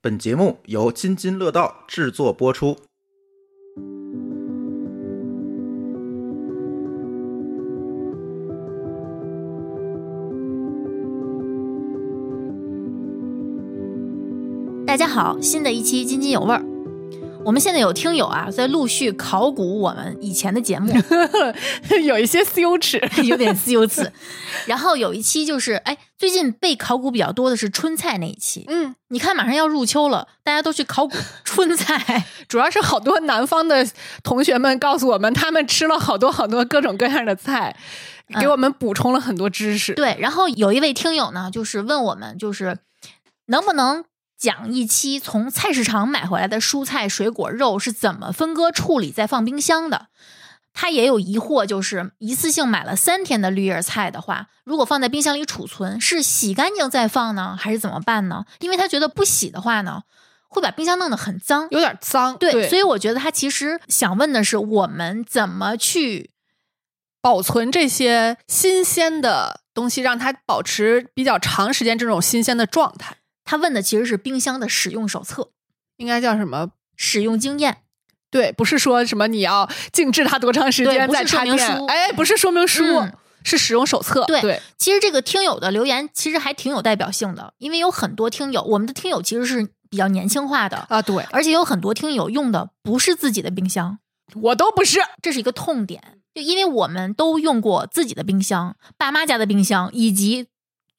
本节目由津津乐道制作播出。大家好，新的一期津津有味儿。我们现在有听友啊，在陆续考古我们以前的节目， 有一些羞耻，有点羞耻。然后有一期就是，哎，最近被考古比较多的是春菜那一期。嗯，你看，马上要入秋了，大家都去考古春菜。主要是好多南方的同学们告诉我们，他们吃了好多好多各种各样的菜，给我们补充了很多知识。对，然后有一位听友呢，就是问我们，就是能不能讲一期从菜市场买回来的蔬菜、水果、肉是怎么分割处理再放冰箱的？他也有疑惑，就是一次性买了三天的绿叶菜的话，如果放在冰箱里储存，是洗干净再放呢，还是怎么办呢？因为他觉得不洗的话呢，会把冰箱弄得很脏。有点脏，对，对，所以以我觉得他其实想问的是，我们怎么去保存这些新鲜的东西，让它保持比较长时间这种新鲜的状态，他问的其实是冰箱的使用手册、应该叫什么？使用经验。对，不是说什么你要静置它多长时对间不是再插说明电书，哎，不是说明书，嗯是使用手册。对对，其实这个听友的留言其实还挺有代表性的，因为有很多听友，我们的听友其实是比较年轻化的，啊，对，而且有很多听友用的不是自己的冰箱，我都不是，这是一个痛点。就因为我们都用过自己的冰箱、爸妈家的冰箱以及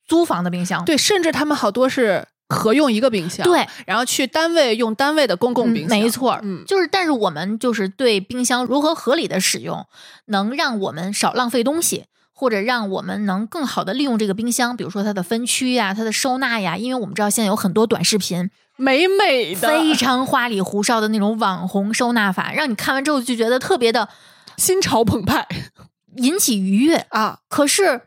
租房的冰箱，对，甚至他们好多是合用一个冰箱，对，然后去单位用单位的公共冰嗯箱，没错儿，嗯，就是但是我们就是对冰箱如何合理的使用，能让我们少浪费东西，或者让我们能更好的利用这个冰箱，比如说它的分区呀、它的收纳呀，因为我们知道现在有很多短视频美美的，非常花里胡哨的那种网红收纳法，让你看完之后就觉得特别的心潮澎湃引起愉悦。啊！可是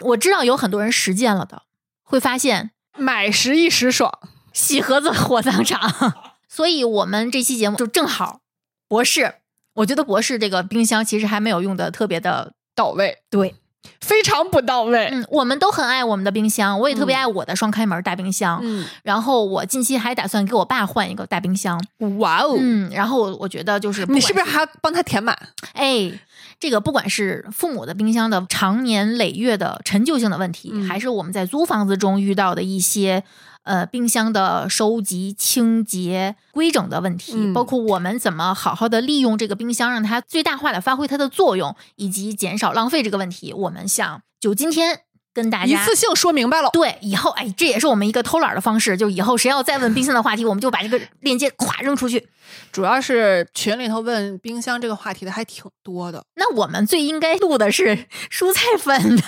我知道有很多人实践了的，会发现买时一时爽，洗盒子火葬场。 所以我们这期节目就正好，博士，我觉得博士这个冰箱其实还没有用的特别的到位，对，非常不到位。嗯，我们都很爱我们的冰箱，我也特别嗯爱我的双开门大冰箱。嗯，然后我近期还打算给我爸换一个大冰箱，哇哦，嗯，然后我我觉得就是你是不管是还帮他填满？哎，这个不管是父母的冰箱的常年累月的陈旧性的问题，嗯还是我们在租房子中遇到的一些呃冰箱的收集、清洁、规整的问题，嗯包括我们怎么好好的利用这个冰箱，让它最大化的发挥它的作用，以及减少浪费这个问题，我们想就今天跟大一家次。性说明白了，对，以后哎，这也是我们一个偷懒的方式，就以后谁要再问冰箱的话题，我们就把这个链接咵扔出去。主要是群里头问冰箱这个话题的还挺 多的。那我们最应该录的是蔬菜粉的，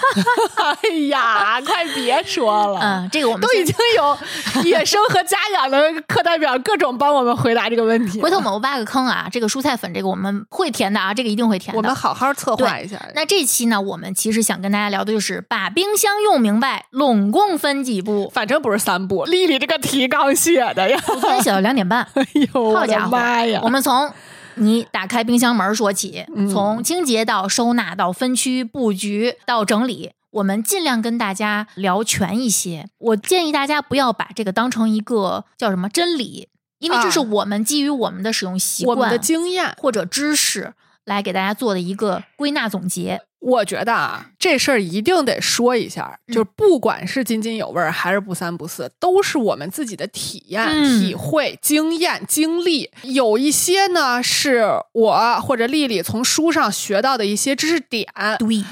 哎呀，快别说了嗯，这个我们都先已经有野生和家养的课代表各种帮我们回答这个问题。回头我们挖个坑啊，这个蔬菜粉这个我们会填的啊，这个一定会填我们的。好好策划一下。那这期呢，我们其实想跟大家聊的就是把冰箱用明白，拢共分几步。反正不是三步，丽丽这个题刚写的呀！ 我昨天写到两点半，哎呦，好我家的伙妈呀我！们从你打开冰箱门说起，嗯从清洁到收纳，到分区布局，到整理。我们尽量跟大家聊全一些。我建议大家不要把这个当成一个叫什么真理，因为这啊是我们基于我们的使用习我惯、们的经验，或者知识来给大家做的一个归纳总结。我觉得啊，这事儿一定得说一下，嗯就是不管是津津有味儿还是不三不四，都是我们自己的体验、嗯体会、经验、经历。有一些呢，是我或者丽丽从书上学到的一些知识点，对，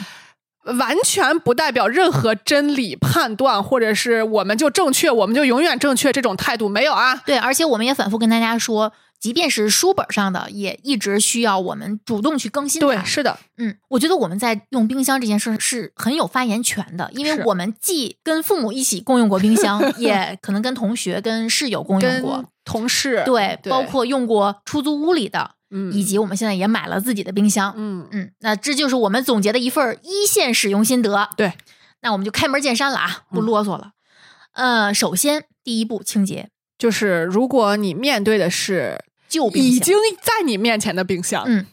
完全不代表任何真理判断，或者是我们就正确，我们就永远正确这种态度没有啊。对，而且我们也反复跟大家说，即便是书本上的，也一直需要我们主动去更新它。对，是的，嗯，我觉得我们在用冰箱这件事儿是很有发言权的，因为是我们既跟父母一起共用过冰 箱，也可能跟同学、跟室友共用跟过。同事对，对包括用过出租屋里的，嗯以及我们现在也买了自己的冰箱。嗯，嗯，那这就是我们总结的一份儿一线使用心得。对，那我们就开门见山了啊，不嗯啰嗦了。呃，首先第一步清洁就是如果你面对的是旧冰箱，已经在你面前的冰箱，嗯，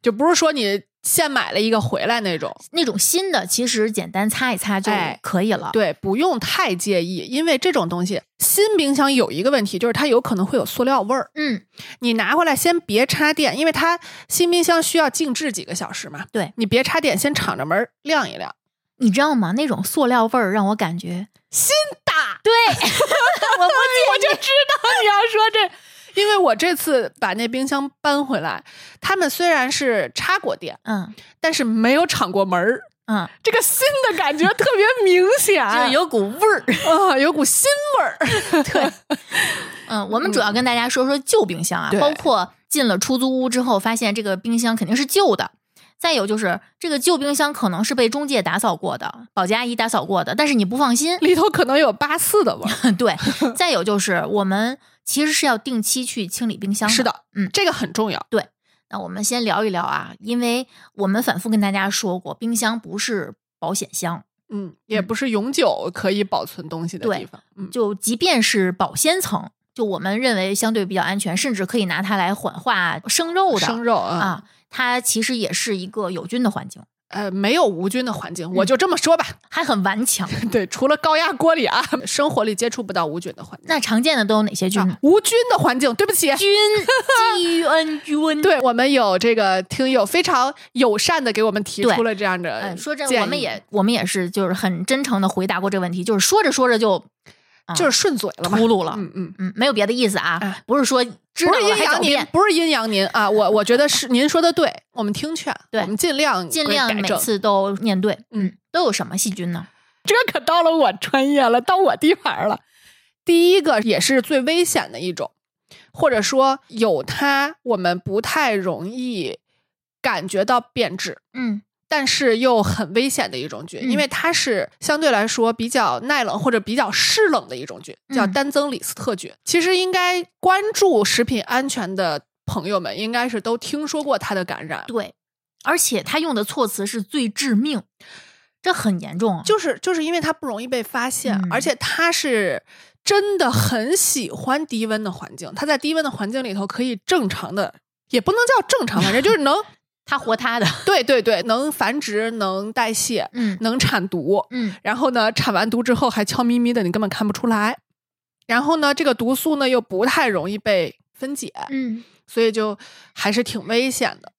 就不是说你现买了一个回来那种。那种新的其实简单擦一擦就哎可以了。对，不用太介意，因为这种东西，新冰箱有一个问题，就是它有可能会有塑料味儿。嗯，你拿回来先别插电，因为它新冰箱需要静置几个小时嘛。对你别插电，先敞着门儿晾一晾。你知道吗？那种塑料味儿让我感觉，大， 对我不我就知道你要说这，因为我这次把那冰箱搬回来，他们虽然是插过电，嗯但是没有敞过门儿。嗯，这个新的感觉特别明显， 就是有股味儿。啊，有股新味儿。对，嗯，我们主要跟大家说说旧冰箱啊，对包括进了出租屋之后，发现这个冰箱肯定是旧的。再有就是，这个旧冰箱可能是被中介打扫过的，保洁阿姨打扫过的，但是你不放心。里头可能有八四的味儿。对，再有就是，我们其实是要定期去清理冰箱。 是，的，嗯这个很重要。那我们先聊一聊啊，因为我们反复跟大家说过，冰箱不是保险箱，嗯，也嗯不是永久可以保存东西的对地方。嗯，就即便是保鲜层，就我们认为相对比较安全，甚至可以拿它来缓化生肉的。生肉啊，啊，它其实也是一个有菌的环境，呃，没有无菌的环境，我就这么 说吧。还很顽强。对，除了高压锅里啊，生活里接触不到无菌的环境。那常见的都有哪些菌呢啊？无菌的环境，对不 起。菌 G U N 菌。，对我们有这个听友非常友善的给我们提对出了这样的建议、嗯，说真，我们也我们也是就是很真诚的回答过这个问题，就是说着说着就就是顺嘴了嘛，秃噜了，嗯嗯，嗯，没有别的意思啊啊，不是说知道不是了阴还狡阳您辩，，不是阴阳您啊，我我觉得 是您说的对，我们听劝，对我们尽量尽给量改每正。次都念对。嗯，都有什么细菌呢？这可到了我专业了，到我地盘儿了。第一个也是最危险的一种，或者说有它，我们不太容易感觉到变质，嗯但是又很危险的一种菌，嗯因为它是相对来说比较耐冷或者比较湿冷的一种菌，叫嗯单增李斯特菌。其实应该关注食品安全的朋友们，应该是都听说过它的感染，对，而且他用的措辞是最致命，这很严重啊。就是就是因为它不容易被发现，嗯而且它是真的很喜欢低温的环境，它在低温的环境里头可以正常的，也不能叫正常，反正就是能， 他活他的，对对对，能繁殖，能代谢，嗯能产毒，嗯 然后呢，产完毒之后还悄咪咪的，你根本看不出来。然后呢，这个毒素呢又不太容易被分解，嗯所以就还是挺危险的。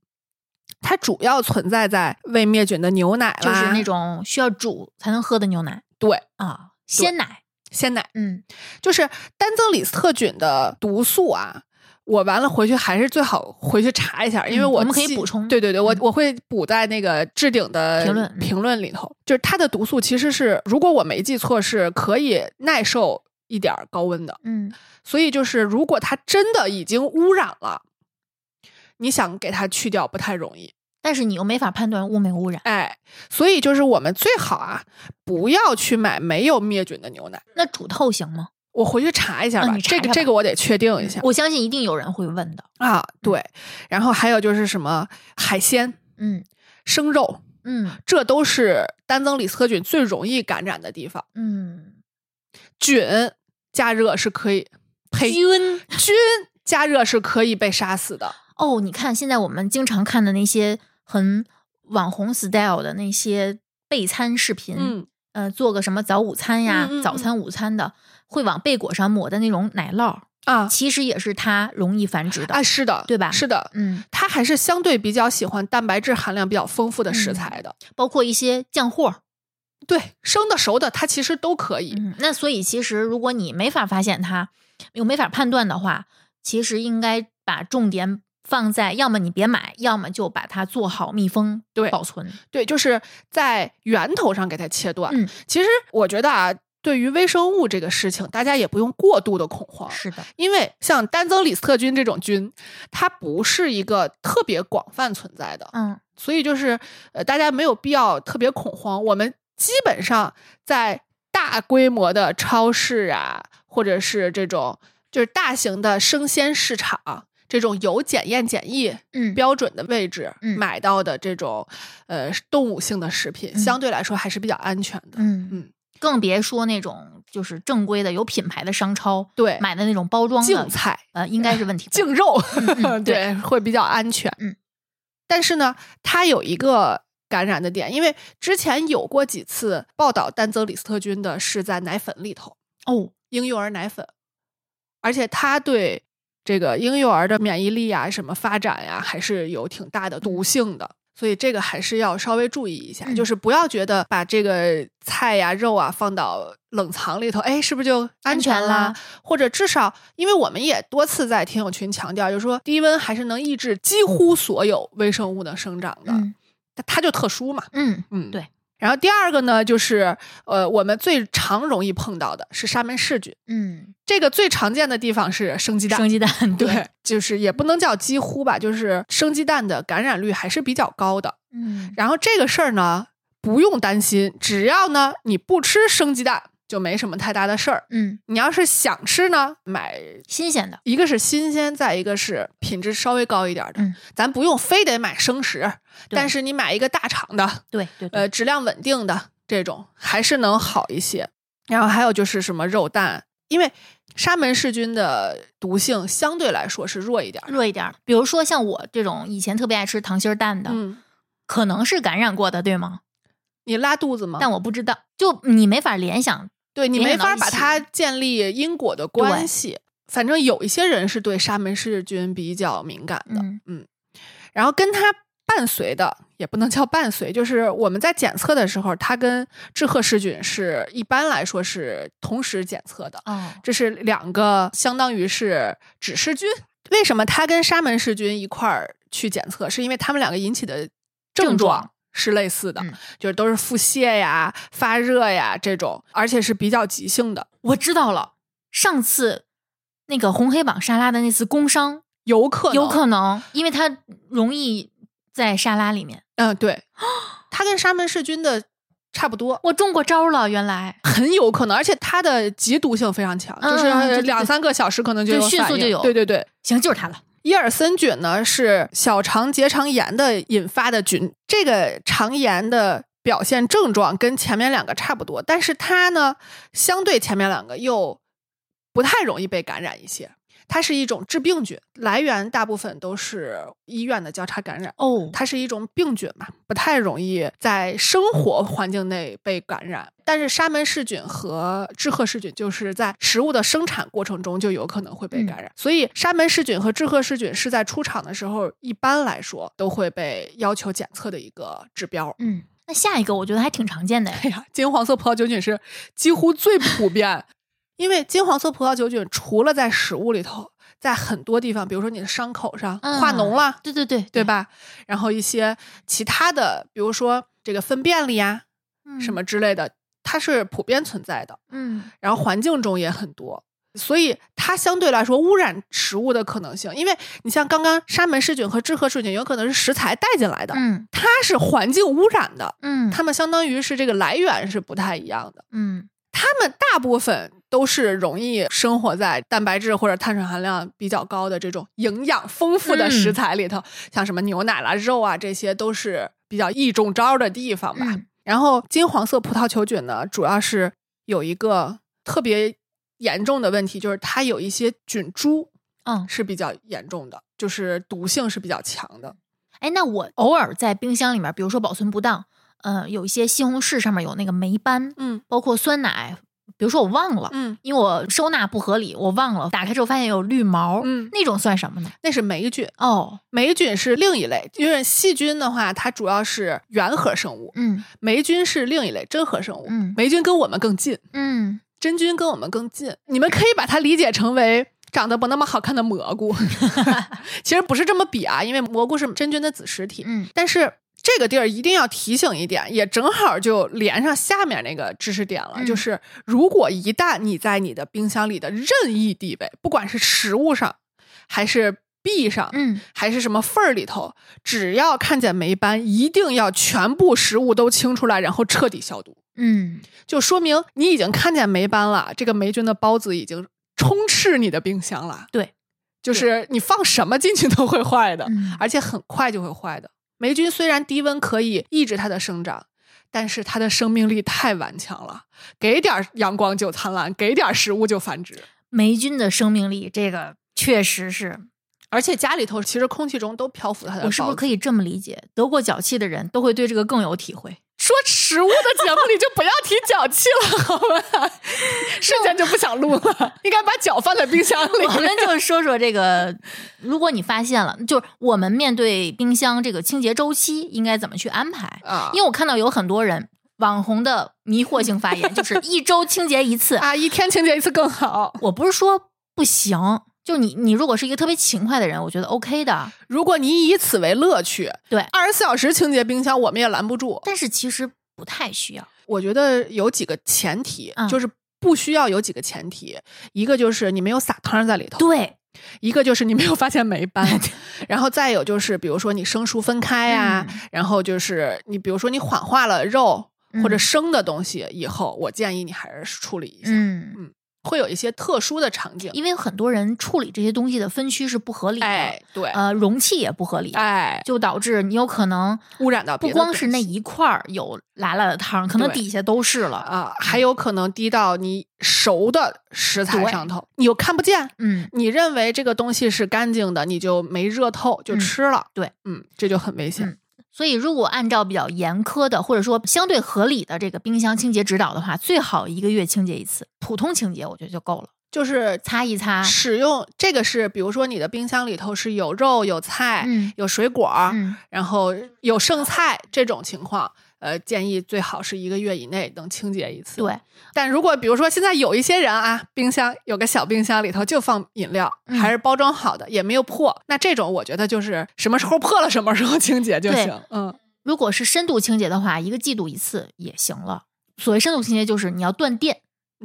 它主要存在在未灭菌的牛奶啦，就是那种需要煮才能喝的牛奶对啊，鲜奶。鲜奶，嗯，就是单增李斯特菌的毒素啊。我完了回去还是最好回去查一下，因为嗯我、我们可以补充对对对，我嗯我会补在那个置顶的评论嗯评论里头。就是它的毒素其实是，如果我没记错，是可以耐受一点儿高温的。嗯，所以就是，如果它真的已经污染了，你想给它去掉不太容易。但是你又没法判断污没污染。哎，所以就是我们最好啊，不要去买没有灭菌的牛奶。那煮透行吗？我回去查一下吧，嗯你查这个查吧嗯这个我得确定一下我相信一定有人会问的。啊。对，然后还有就是什么海鲜、嗯生肉，嗯这都是单增李斯特菌最容易感染的地方。嗯，菌加热是可以，呸，菌菌加热是可以被杀死的。哦，你看现在我们经常看的那些很网红 style 的那些备餐视频，嗯，呃，做个什么早午餐呀、嗯嗯嗯早餐、午餐的，会往贝果上抹的那种奶酪，啊其实也是它容易繁殖的。啊，是的，对吧是的，嗯，它还是相对比较喜欢蛋白质含量比较丰富的嗯食材的。包括一些酱货，对，生的熟的它其实都可以。嗯，那所以其实如果你没法发现它，又没法判断的话，其实应该把重点放在要么你别买，要么就把它做好密封对保存。对，就是在源头上给它切断。嗯其实我觉得啊，对于微生物这个事情，大家也不用过度的恐慌。是的，因为像单增李斯特菌这种菌，它不是一个特别广泛存在的，嗯所以就是呃，大家没有必要特别恐慌。我们基本上在大规模的超市啊，或者是这种就是大型的生鲜市场这种有检验检疫嗯，标准的位置、嗯买到的这种呃动物性的食品，嗯相对来说还是比较安全的。嗯嗯更别说那种就是正规的有品牌的商超对，买的那种包装净的，菜、 呃，应该是问题不大。净肉，嗯嗯对，会比较安全。嗯但是呢，它有一个感染的点，因为之前有过几次报道单增李斯特菌的是在奶粉里头，哦，婴幼儿奶粉，而且它对这个婴幼儿的免疫力啊、什么发展呀、还是有挺大的毒性的。所以这个还是要稍微注意一下，嗯就是不要觉得把这个菜呀、肉啊放到冷藏里头，哎，是不是就安全安全啦啦？或者至少，因为我们也多次在听友群强调，就是说低温还是能抑制几乎所有微生物的生长的，嗯它它就特殊嘛。嗯，嗯，对。然后第二个呢，就是呃，我们最常容易碰到的是沙门氏菌，嗯，这个最常见的地方是生鸡蛋。生鸡蛋，对，就是也不能叫几乎吧，就是生鸡蛋的感染率还是比较高的。嗯，然后这个事儿呢，不用担心，只要呢你不吃生鸡蛋，就没什么太大的事儿。嗯，你要是想吃呢，买新鲜的，一个是新鲜，再一个是品质稍微高一点的，嗯咱不用非得买生食，对但是你买一个大厂的，对对对，呃，质量稳定的这种还是能好一些。然后还有就是什么肉蛋，因为沙门氏菌的毒性相对来说是弱一点儿的。弱一点儿。比如说像我这种以前特别爱吃溏心儿蛋的，嗯，可能是感染过的，对吗？你拉肚子吗？但我不知道，就你没法联想。对你联没想到法一把起它建立因果的关啊对系。反正有一些人是对沙门氏菌比较敏感的，嗯然后跟它伴随的也不能叫伴随，就是我们在检测的时候，它跟志贺氏菌是一般来说是同时检测的。哦，这是两个相当于是指示菌。为什么它跟沙门氏菌一块儿去检测？是因为它们两个引起的症症状状是类似的，嗯就是都是腹泻呀、发热呀这种，而且是比较急性的，我知道了。上次那个红黑榜沙拉的那次工伤，有可能有可能，因为它容易在沙拉里面。嗯对，它跟沙门氏菌的差不多，我中过招了，原来很有可能，而且它的急毒性非常强，嗯嗯就对是对两对三个小时可能就对有迅反速就应有对对对。行，就是它了。伊尔森菌呢是小肠结肠炎的引发的菌，这个肠炎的表现症状跟前面两个差不多，但是它呢相对前面两个又不太容易被感染一些。它是一种致病菌，来源大部分都是医院的交叉感染。哦，它是一种病菌嘛，不太容易在生活环境内被感染。但是沙门氏菌和志贺氏菌就是在食物的生产过程中就有可能会被感染，所以沙门氏菌和志贺氏菌是在出厂的时候一般来说都会被要求检测的一个指标。嗯，那下一个我觉得还挺常见的哎。 哎呀，金黄色葡萄球菌是几乎最普遍，因为金黄色葡萄球菌除了在食物里头，在很多地方，比如说你的伤口上嗯化脓了。对对对，对？吧？然后一些其他的，比如说这个粪便里呀、嗯什么？之类的，它是普遍存在的。嗯然后环境中也很多，所以它相对来说污染食物的可能性，因为你像刚刚沙门氏菌和志贺氏菌，有可能是食材带进来的，嗯它是环境污染的，嗯，它们相当于是这个来源是不太一样的。嗯它们大部分都是容易生活在蛋白质或者碳水含量比较高的这种营养丰富的食材里头，像什么牛奶啦、肉啊，这些都是比较易中招的地方吧。嗯然后金黄色葡萄球菌呢，主要是有一个特别严重的问题，就是它有一些菌株嗯，是比较严重的，就是毒性是比较强的。哎，那我偶尔在冰箱里面，比如说保存不当，呃，有一些西红柿上面有那个霉斑，嗯包括酸奶，比如说我忘了，嗯，因为我收纳不合理，我忘了，打开之后发现有绿毛，嗯那种算什么呢？那是霉菌，哦，霉菌是另一类，因为细菌的话，它主要是原核生物。嗯霉菌是另一类真核生物，嗯霉菌跟我们更近，嗯，真菌跟我们更近。你们可以把它理解成为长得不那么好看的蘑 菇， 其实不是这么比啊，因为蘑菇是真菌的子实体。嗯但是这个地儿一定要提醒一点，也正好就连上下面那个知识点了，嗯就是如果一旦你在你的冰箱里的任意地位，不管是食物上还是壁上，嗯，还是什么缝儿里头，只要看见霉斑，一定要全部食物都清出来，然后彻底消毒，嗯，就说明你已经看见霉斑了，这个霉菌的孢子已经充斥你的冰箱了。对，就是你放什么进去都会坏的，嗯而且很快就会坏的。霉菌虽然低温可以抑制它的生长。但是它的生命力太顽强了，给点儿阳光就灿烂，给点儿食物就繁殖。霉菌的生命力，这个确实是而且家里头其实空气中都漂浮它的包子。我是不是可以这么理解？得过脚气的人都会对这个更有体会。 说食物的节目里就不要提脚气了，好吧？瞬间就不想录了，应该把脚放在冰箱我们里。就说说这个，如果你发现了，就是我们面对冰箱这个清洁周期应该怎么去安排？ 啊因为我看到有很多人网红的迷惑性发言，就是一周清洁一 次。啊，一天清洁一次更好。我不是说不行，就你你如果是一个特别勤快的人，我觉得 OK 的。如果你以此为乐趣，对二十四小时清洁冰箱，我们也拦不住。但是其实不太需要。我觉得有几个前提，嗯就是不需要有几个前提，一个就是你没有撒汤在里头，对，一个就是你没有发现霉哎斑，然后再有就是比如说你生熟分开呀、嗯然后就是你比如说你缓化了肉。或者嗯生的东西，以后我建议你还是处理一下，嗯，会有一些特殊的场景。因为很多人处理这些东西的分区是不合理的，哎，对，呃，容器也不合理，哎，就导致你有可能污染到不别的光东是那西一块儿有拉拉的汤，可能对底下都是了。啊，还有可能滴到你熟的食材对上头，你又看不见。嗯，你认为这个东西是干净的，你就没热透就嗯吃了。对，嗯，这就很危险。嗯所以如果按照比较严苛的或者说相对合理的这个冰箱清洁指导的话，最好一个月清洁一次，普通清洁我觉得就够了，就是擦一擦。使用这个是，比如说你的冰箱里头是有肉、有菜、嗯有水果，嗯，然后有剩菜这种情况，呃，建议最好是一个月以内能清洁一次。，对，但如果比如说现在有一些人啊，冰箱有个小冰箱里头就放饮料，嗯还是包装好的，也没有破，那这种我觉得就是什么时候破了什么时候清洁就对行。嗯，如果是深度清洁的话，一个季度一次也行了。所谓深度清洁，就是你要断电，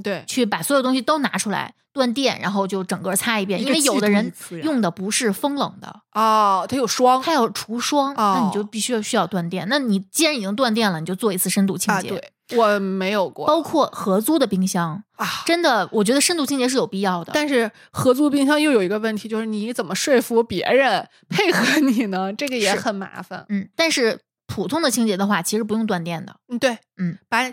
对，去把所有东西都拿出来断电，然后就整个擦一遍。一因个为季有的度一人次呀用的不是风冷的，哦，它有霜它有除霜，那哦你就必须要需要断电。那你既然已经断电了，你就做一次深度清啊，洁。对，我没有过包括合租的冰箱，啊。真的，我觉得深度清洁是有必要的。但是合租冰箱又有一个问题，就是你怎么说服别人配合你呢？这个也是很麻烦。嗯，但是普通的清洁的话，其实不用断电的，嗯，对，嗯，把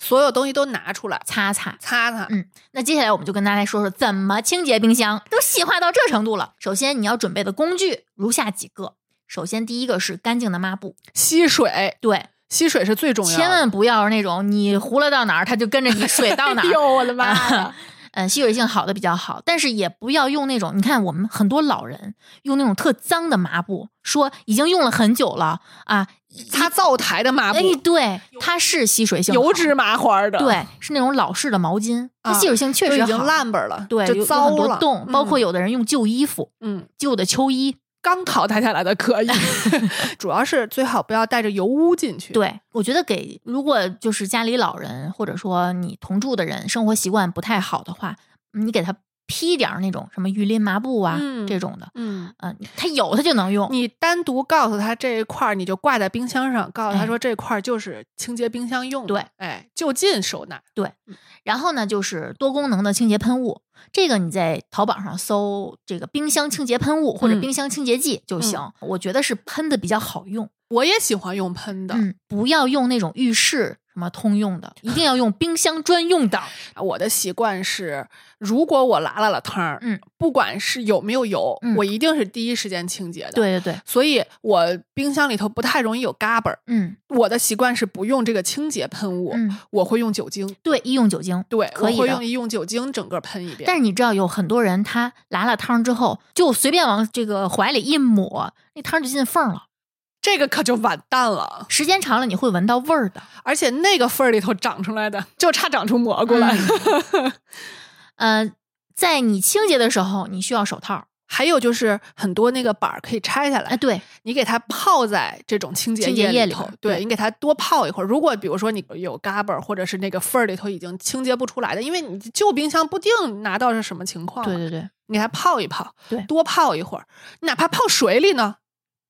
所有东西都拿出来擦擦。擦擦。嗯，那接下来我们就跟大家说说怎么清洁冰箱，都细化到这程度了。首先，你要准备的工具如下几个。首先，第一个是干净的抹布，吸水，对，吸水是最重要的。千万不要是那种你糊了到哪儿，它就跟着你水到 哪儿。哟，哎我的妈 呀！嗯，吸水性好的比较好，但是也不要用那种，你看我们很多老人用那种特脏的抹布，说已经用了很久了啊，擦灶台的抹布哎，，对，它是吸水性好油脂，麻花的，，对，是那种老式的毛巾，它啊吸水性确就实已好，经烂本了，对，有就有糟很多了。洞，包括嗯有的人用旧衣服、嗯，旧的秋衣，刚淘汰下来的 可以，主要是最好不要带着油污进去。，对，我觉得给如果就是家里老人或者说你同住的人生活习惯不太好的话，你给他披点儿那种什么鱼鳞麻布啊、嗯这种的，嗯，嗯、他有他就能用。你单独告诉他这一块儿，你就挂在冰箱上，告诉他哎说这块儿就是清洁冰箱用的。对，哎，就近收纳。然后呢，就是多功能的清洁喷雾，这个你在淘宝上搜这个冰箱清洁喷雾或者嗯冰箱清洁剂就行，我觉得是喷的比较好用。我也喜欢用喷的，嗯，不要用那种浴室什么通用的，一定要用冰箱专用的。 我的习惯是，如果我拉了了汤儿，嗯，不管是有没有油，嗯我一定是第一时间清洁的。，对对对，所以我冰箱里头不太容易有嘎巴儿。嗯我的习惯是不用这个清洁喷雾，嗯，我会用酒精。对，医用酒精。对，可以我会的用医用酒精整个喷一遍。但是你知道，有很多人他拉了汤之后，就随便往这个怀里一抹，那汤就进缝了。这个可就完蛋了，时间长了，你会闻到味儿的。而且那个缝儿里头长出来的，就差长出蘑菇嗯来。 呃，在你清洁的时候，你需要手套。还有就是很多那个板儿可以拆下来，哎，对，你给它泡在这种清洁清洁液里里头，头对对你给它多泡一会儿。如果比如说你有嘎巴儿，或者是那个缝儿里头已经清洁不出来的，因为你旧冰箱不定拿到是什么情况，对，对对，你给它泡一泡，对多泡一会儿，哪怕泡水里呢，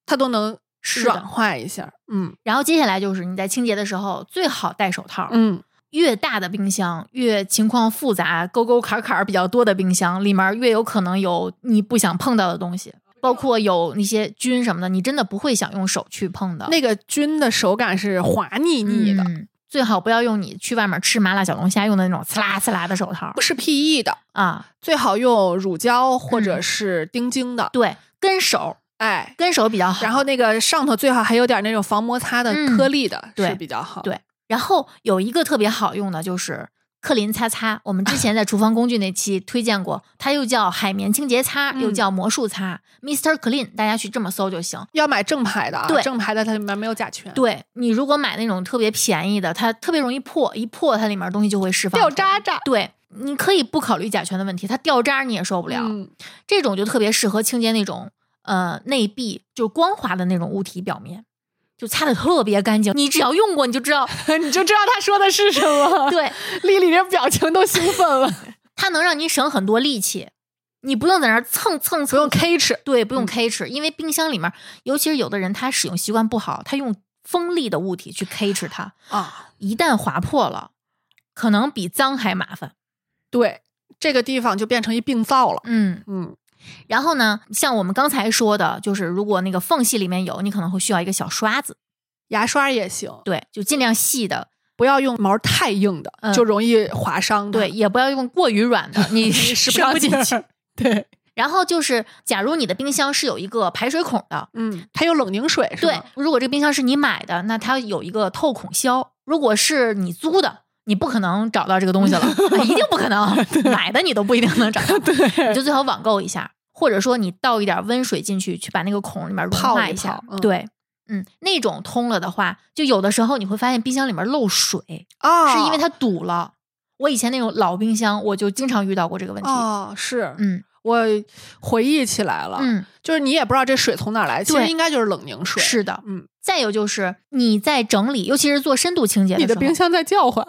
它都能是的软化一下。嗯然后接下来就是你在清洁的时候最好戴手套。嗯，越大的冰箱，越情况复杂、沟沟坎坎儿比较多的冰箱，里面越有可能有你不想碰到的东西，嗯包括有那些菌什么的，你真的不会想用手去碰的。那个菌的手感是滑腻腻的，嗯最好不要用你去外面吃麻辣小龙虾用的那种刺啦刺啦的手套不是 PE E 的。啊。最好用乳胶或者嗯是丁晶的，对，跟手，哎，跟手比较好。然后那个上头最好还有点那种防摩擦的嗯颗粒的，对是比较好。对然后有一个特别好用的就是克林擦擦，我们之前在厨房工具那期推荐过，它又叫海绵清洁擦，又嗯叫魔术擦、m r Clean，大家去这么搜就行。要买正牌的啊，对正牌的它里面没有甲醛，对你如果买那种特别便宜的，它特别容易破，一破它里面东西就会释放掉出来。渣渣。对，你可以不考虑甲醛的问题，它掉渣你也受不了。嗯这种就特别适合清洁那种呃内壁，就是光滑的那种物体表面，就擦的特别干净。你只要用过，你就知道， 你就知道他说的是什么。，对， 丽丽这表情都兴奋了，它能让你省很多力气，你不用在那儿蹭蹭不用蹭， K 齿。对，不用嗯 K 齿，因为冰箱里面，尤其是有的人他使用习惯不好，他用锋利的物体去 K 齿它， 啊，一旦划破了，可能比脏还麻烦。对，这个地方就变成一病灶了。嗯，嗯，然后呢，像我们刚才说的，就是如果那个缝隙里面有，你可能会需要一个小刷子，牙刷也行，对，就尽量细的，不要用毛太硬的，嗯就容易划伤它。对，也不要用过于软的， 你嗯使不伸上不劲进儿去。对，然后就是，假如你的冰箱是有一个排水孔的，嗯，它有冷凝水是对吗？，如果这个冰箱是你买的，那它有一个透孔销；如果是你租的，你不可能找到这个东西 了，一定不可能，买的你都不一定能找到，你对，就最好网购一下，或者说你倒一点温水进去，去把那个孔里面融泡化一下。泡嗯对，嗯，那种通了的话，就有的时候你会发现冰箱里面漏水，啊，是因为它堵了。我以前那种老冰箱，我就经常遇到过这个问题。哦，是，嗯我回忆起来了，嗯，就是你也不知道这水从哪儿来，其实对应该就是冷凝水。，是的。嗯，再有就是你在整理，尤其是做深度清洁你时的候，冰箱在叫唤。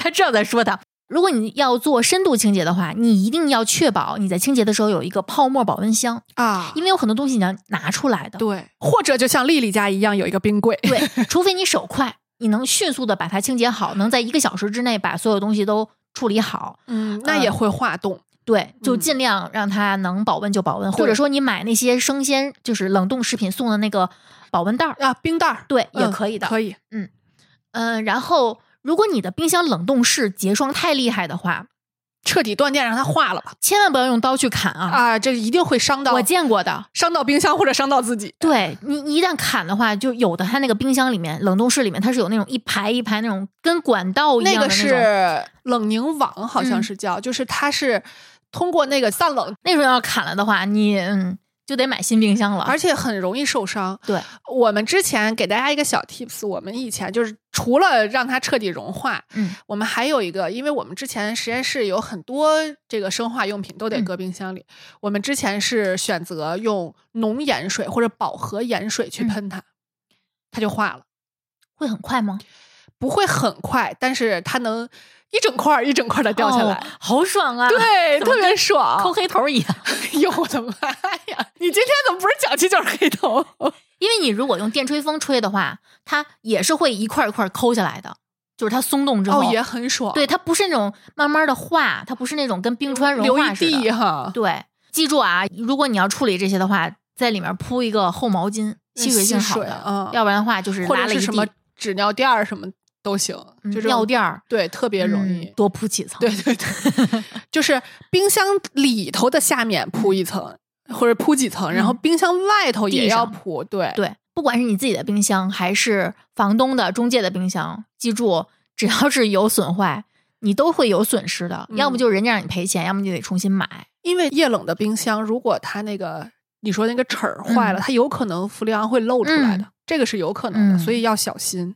他知道在说他。如果你要做深度清洁的话，你一定要确保你在清洁的时候有一个泡沫保温箱，啊因为有很多东西你要拿出来的。对，或者就像丽丽家一样有一个冰柜，对，除非你手快，你能迅速的把它清洁好，能在一个小时之内把所有东西都处理好。嗯，那也会化冻。对，就嗯尽量让它能保温就保温，对或者说你买那些生鲜就是冷冻食品送的那个保温袋儿，啊，冰袋儿对，也嗯可以的。可以。嗯，然后如果你的冰箱冷冻室结霜太厉害的话，彻底断电，让它化了吧！千万不要用刀去砍啊！啊，这一定会伤到我见过的，伤到冰箱或者伤到自己。对你你一旦砍的话，就有的它那个冰箱里面、冷冻室里面，它是有那种一排一排那种跟管道一样那的个种是冷凝网，好像嗯是叫，就是它是通过那个散冷，那时候要砍了的话，你嗯就得买新冰箱了。而且很容易受伤。对，我们之前给大家一个小 tips，我们以前就是除了让它彻底融化，嗯，我们还有一个，因为我们之前实验室有很多这个生化用品都得嗯搁冰箱里，我们之前是选择用浓盐水或者饱和盐水去嗯喷它，它就化了，会很快吗？不会很快，但是它能一整块儿一整块的掉下来。哦好爽啊！对，啊特别爽！抠黑头一样， 哎呦我的妈呀！你今天怎么不是脚气就是黑头？因为你如果用电吹风吹的话，它也是会一块一块抠下来的，就是它松动之后，哦，也很爽。对，它不是那种慢慢的化，它不是那种跟冰川融留化一似的。地哈，对，记住啊，如果你要处理这些的话，在里面铺一个厚毛巾，吸水性好吸嗯水的，嗯要不然的话就是或拉者了一是地什么纸尿垫儿什么都行，嗯就这种尿垫儿，对，特别容易。嗯多铺几层。对对对， 就是冰箱里头的下面铺一层，或者铺几层，然后嗯冰箱外头也地要上铺。对，对，不管是你自己的冰箱还是房东的中介的冰箱，记住，只要是有损坏，你都会有损失的，要么嗯就是人家让你赔钱，要么就得重新买。因为液冷的冰箱，如果它那个你说那个齿儿坏了，嗯它有可能氟利昂会漏出来的，嗯这个是有可能的，嗯所以要小心。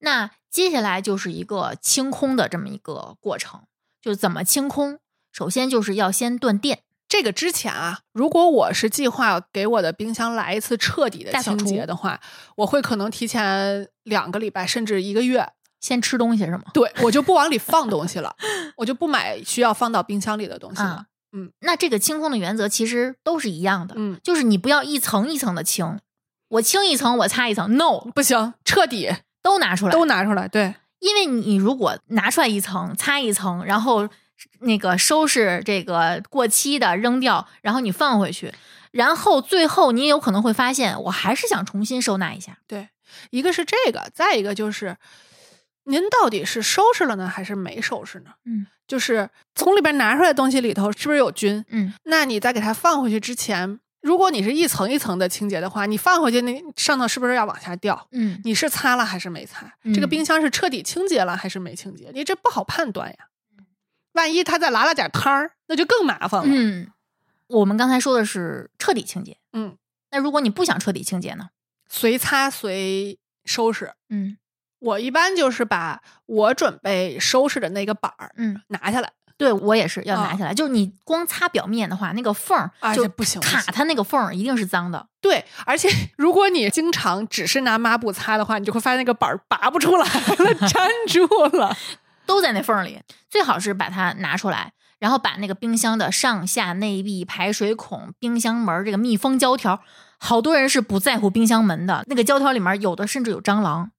那接下来就是一个清空的这么一个过程，就是怎么清空。首先就是要先断电，这个之前啊，如果我是计划给我的冰箱来一次彻底的大扫除清洁的话，我会可能提前两个礼拜甚至一个月， 先吃东西是吗？对我就不往里放东西了，我就不买需要放到冰箱里的东西了啊。，嗯，那这个清空的原则其实都是一样的，嗯，就是你不要一层一层的清，我清一层我擦一层，no，不行，彻底嗯都拿出来，都拿出来。对，因为你如果拿出来一层擦一层，然后那个收拾这个过期的扔掉，然后你放回去，然后最后你也有可能会发现，我还是想重新收纳一下，一个是这个，再一个就是您到底是收拾了呢，还是没收拾呢？嗯，就是从里边拿出来的东西里头是不是有菌？嗯那你在给它放回去之前，如果你是一层一层的清洁的话，你放回去那上头是不是要往下掉？嗯你是擦了还是没擦？这个嗯冰箱是彻底清洁了还是没清洁？你这不好判断呀。万一它再拉了点汤儿，那就更麻烦了。嗯，我们刚才说的是彻底清洁，嗯，那如果你不想彻底清洁呢？随擦随收拾。嗯我一般就是把我准备收拾的那个板儿嗯，拿下来，对我也是要拿啊下来，就是你光擦表面的话，那个缝儿而且就哎不行，不卡行它那个缝儿一定是脏的。对，而且 如果你经常只是拿抹布擦的话，你就会发现那个板儿拔不出来 了，粘住了。都在那缝儿里，最好是把它拿出来，然后把那个冰箱的上下内壁、排水孔、冰箱门儿这个密封胶条，好多人是不在乎冰箱门的，那个胶条里面有的甚至有蟑螂，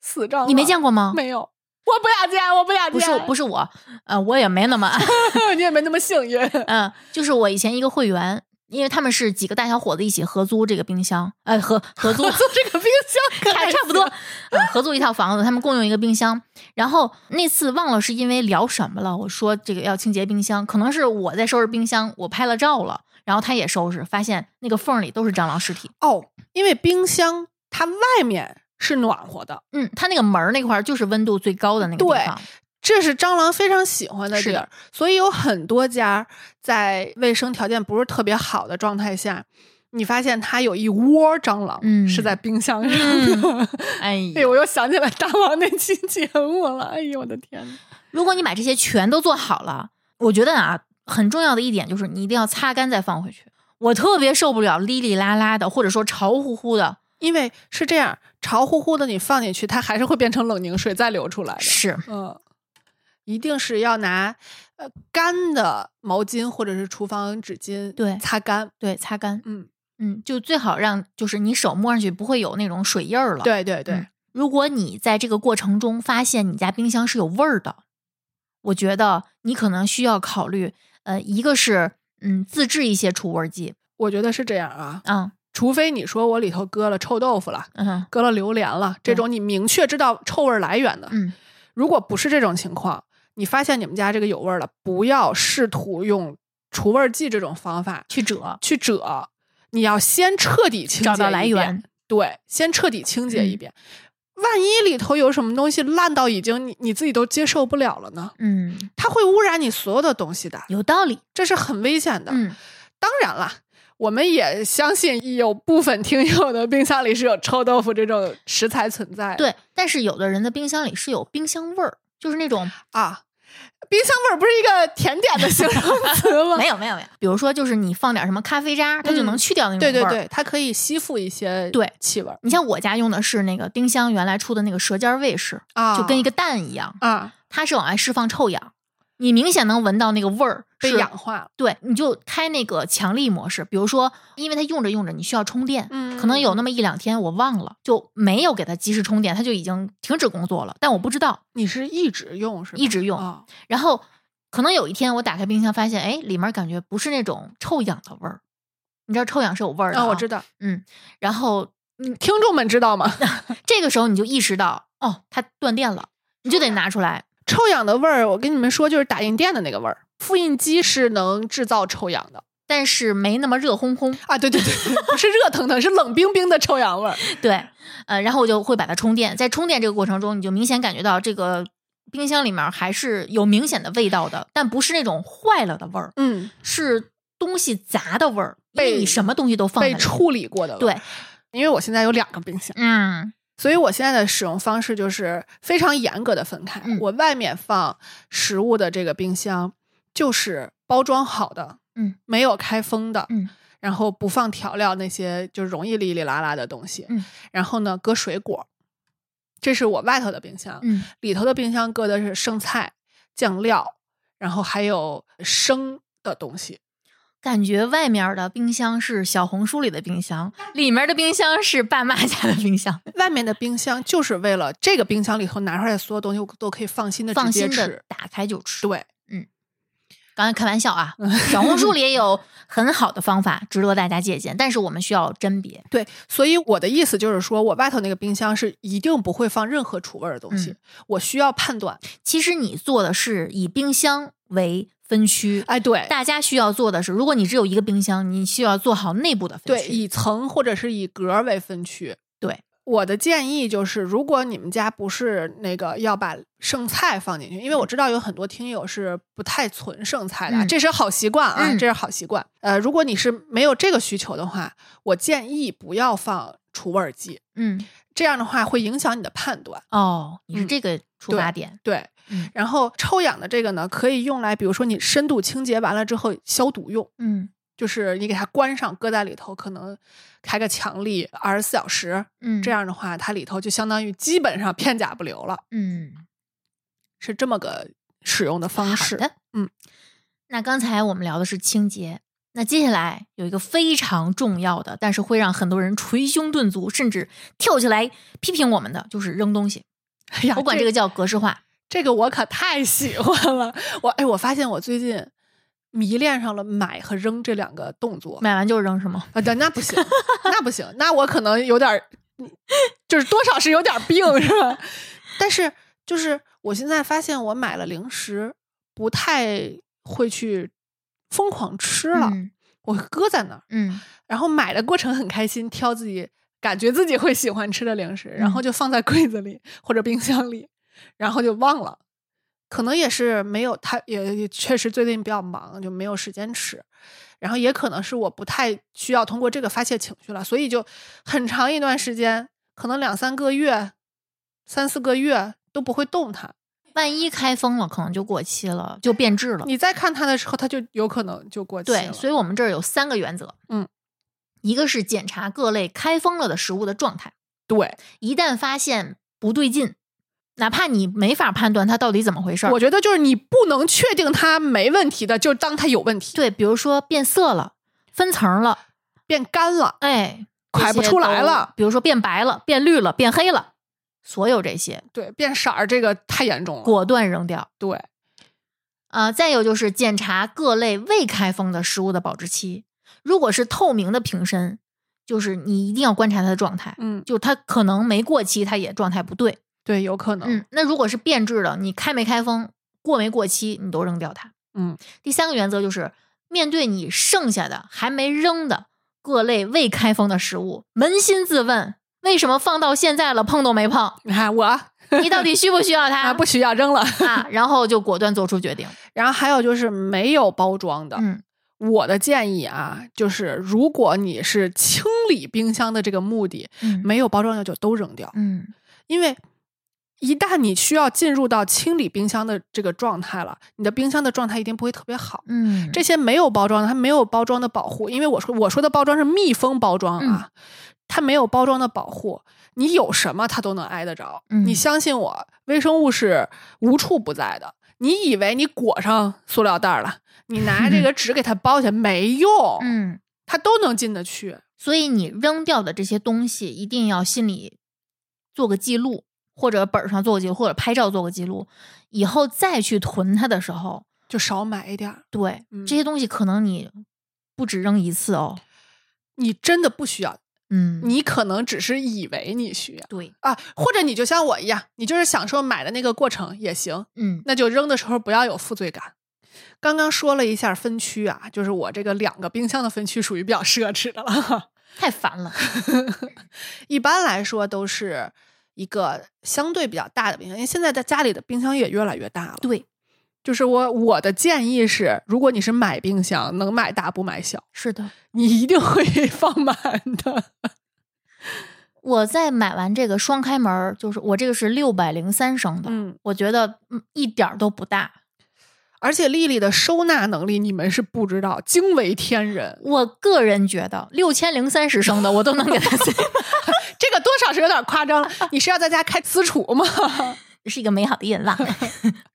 死蟑螂，你没见过吗？没有，我不想见，我不想见，不是不是，是我，呃，我也没那么， 你也没那么幸运。嗯、就是我以前一个会员，因为他们是几个大小伙子一起合租这个冰箱，呃，合合 租做这个冰箱可差还差不多，呃合租一套房子，他们共用一个冰箱。然后那次忘了是因为聊什么了，我说这个要清洁冰箱，可能是我在收拾冰箱，我拍了照了，然后他也收拾，发现那个缝儿里都是蟑螂尸体。哦，因为冰箱它外面是暖和的，嗯，他那个门儿那块儿就是温度最高的那个对地方。这是蟑螂非常喜欢的是地的儿，所以有很多家在卫生条件不是特别好的状态下，你发现它有一窝蟑螂嗯是在冰箱上的。 哎哎呀呦，，我又想起来大王那期节目了。哎呦，我的天呐。如果你把这些全都做好了，我觉得啊，很重要的一点就是你一定要擦干再放回去。我特别受不了哩哩啦啦的，或者说潮乎乎的，因为是这样，潮乎乎的你放进去，它还是会变成冷凝水再流出来的。是嗯，一定是要拿呃干的毛巾或者是厨房纸巾对擦干。对，擦干。嗯，嗯，就最好让就是你手摸上去不会有那种水印儿了。，对对对，嗯如果你在这个过程中发现你家冰箱是有味儿的，我觉得你可能需要考虑，呃，一个是嗯自制一些除味儿剂，我觉得是这样啊。啊、除非你说我里头搁了臭豆腐了，嗯搁了榴莲了，这种你明确知道臭味儿来源的。嗯如果不是这种情况，你发现你们家这个有味儿了，不要试图用除味儿剂这种方法去褶，去褶，你要先彻底清洁找到来一遍源，对，先彻底清洁一嗯遍。万一里头有什么东西烂到已经你你自己都接受不了了呢？嗯，它会污染你所有的东西的，有道理，这是很危险的。嗯，当然啦，我们也相信有部分听友的冰箱里是有臭豆腐这种食材存在的。对。但是有的人的冰箱里是有冰箱味儿，就是那种啊，冰箱味儿不是一个甜点的形容词 吗？没有没有没有，比如说就是你放点什么咖啡渣，它就能嗯去掉那种味对儿。对对，它可以吸附一些对气味儿你像我家用的是那个丁香原来出的那个舌尖儿卫士，啊，就跟一个蛋一样。啊它是往外释放臭氧，你明显能闻到那个味儿被是氧化了。对，你就开那个强力模式，比如说，因为它用着用着你需要充电，嗯可能有那么一两天我忘了，就没有给它及时充电，它就已经停止工作了，但我不知道。你是一直用是吧？一直用啊然后可能有一天我打开冰箱发现，哎，里面感觉不是那种臭氧的味儿，你知道臭氧是有味儿的、啊，我知道。道，然后听众们知道吗？ 这个时候你就意识到，哦，它断电了，你就得拿出来。臭氧的味儿，我跟你们说，就是打印店的那个味儿。复印机是能制造臭氧的但是没那么热烘烘，啊！对对对，对 不是热腾腾，是冷冰冰的臭氧味儿。对，呃，然后我就会把它充电，在充电这个过程中，你就明显感觉到这个冰箱里面还是有明显的味道的，但不是那种坏了的味儿，嗯，是东西砸的味儿，因为被你什么东西都放在被里面处理过的。对，，因为我现在有两个冰箱，嗯所以我现在的使用方式就是非常严格的分开。嗯我外面放食物的这个冰箱就是包装好的，嗯，没有开封的，嗯然后不放调料那些就容易哩哩啦啦的东西，嗯，然后呢搁水果，这是我外头的冰箱，嗯里头的冰箱搁的是剩菜、酱料，然后还有生的东西。感觉外面的冰箱是小红书里的冰箱，里面的冰箱是爸妈家的冰箱，外面的冰箱就是为了这个冰箱里头拿出来的所有东西，我都可以放心的放直接心吃的。打开就吃。对，嗯，刚才开玩笑 啊，小红书里也有很好的方法值得大家借鉴，但是我们需要甄别。对，所以我的意思就是说，我外头那个冰箱是一定不会放任何除味儿的东西，嗯我需要判断。其实你做的是以冰箱为分区，哎，对，大家需要做的是，如果你只有一个冰箱，你需要做好内部的分对，区。以层或者是以格儿为分区。对，我的建议就是，如果你们家不是那个要把剩菜放进去，因为我知道有很多听友是不太存剩菜的啊，嗯这是好习惯啊，嗯这是好习惯。呃，如果你是没有这个需求的话，我建议不要放除味儿剂，嗯，这样的话会影响你的判断。哦，你是嗯这个出发点，对，嗯然后臭氧的这个呢，可以用来，比如说你深度清洁完了之后消毒用，嗯就是你给它关上，搁在里头，可能开个强力二十四小时，嗯，这，样的话，它里头就相当于基本上片甲不留了，嗯，是这么个使用的方好式。的，嗯。那刚才我们聊的是清洁，那接下来有一个非常重要的，但是会让很多人捶胸顿足，甚至跳起来批评我们的，就是扔东西。哎呀，我管这个叫格式化。这个我可太喜欢了。我哎，我发现我最近迷恋上了买和扔这两个动作。买完就扔是吗？啊，对，那不行，那不行，那我可能有点儿，就是多少是有点儿病，是吧？ 但是就是我现在发现，我买了零食，不太会去疯狂吃了，嗯我搁在那儿，嗯然后买的过程很开心，挑自己感觉自己会喜欢吃的零食，然后嗯就放在柜子里或者冰箱里，然后就忘了。可能也是没有太也也确实最近比较忙，就没有时间吃，然后也可能是我不太需要通过这个发泄情绪了，所以就很长一段时间，可能两三个月、三四个月都不会动它。万一开封了，可能就过期了，就变质了。你再看它的时候，它就有可能就过期了。对，所以我们这儿有三个原则。嗯，一个是检查各类开封了的食物的状态，对，一旦发现不对劲，哪怕你没法判断它到底怎么回事儿，我觉得就是你不能确定它没问题的，就当它有问题，对，比如说变色了、分层了，变干了。哎，这快不些出来都了比如说变白了、变绿了、变黑了，所有这些对，变色儿这个太严重了。果断扔掉。对，啊，再有就是检查各类未开封的食物的保质期，如果是透明的瓶身，就是你一定要观察它的状态，嗯，就它可能没过期，它也状态不对。对，有可能。嗯，那如果是变质的，你开没开封、过没过期，你都扔掉它。嗯，第三个原则就是，面对你剩下的还没扔的各类未开封的食物，扪心自问，为什么放到现在了碰都没碰？你看我啊，你到底需不需要 它？不需要扔了。啊，然后就果断做出决 定。然后还有就是没有包装的，嗯我的建议啊，就是如果你是清理冰箱的这个目的，嗯没有包装的就都扔掉，嗯因为。一旦你需要进入到清理冰箱的这个状态了，你的冰箱的状态一定不会特别好。嗯，这些没有包装的，它没有包装的保护，因为我说我说的包装是密封包装啊，嗯它没有包装的保护，你有什么它都能挨得着。嗯你相信我，微生物是无处不在的。你以为你裹上塑料袋儿了，你 拿这个纸给它包起来没用，嗯，它都能进得去。所以你扔掉的这些东西，一定要心里做个记录，或者本儿上做个记录，或者拍照做个记录，以后再去囤它的时候，就少买一点儿，对，嗯这些东西可能你不止扔一次哦。你真的不需要，嗯，你可能只是以为你需要对，啊，或者你就像我一样，你就是享受买的那个过程也行。嗯那就扔的时候不要有负罪感。刚刚说了一下分区啊，就是我这个两个冰箱的分区属于比较奢侈的了。太烦 了。一般来说都是一个相对比较大的冰箱，因为现在在家里的冰箱也越来越大了。 对，就是我我的建议是，如果你是买冰箱，能买大不买小，是的，你一定会放满的。我在买完这个双开门儿，就是我这个是六百零三升的，嗯，我觉得嗯一点儿都不大。而且丽丽的收纳能力你们是不知道，惊为天人。我个人觉得六千零三十升的我都能给它塞满，这个多少是有点夸张了。你是要在家开私厨吗？ 是一个美好的愿望。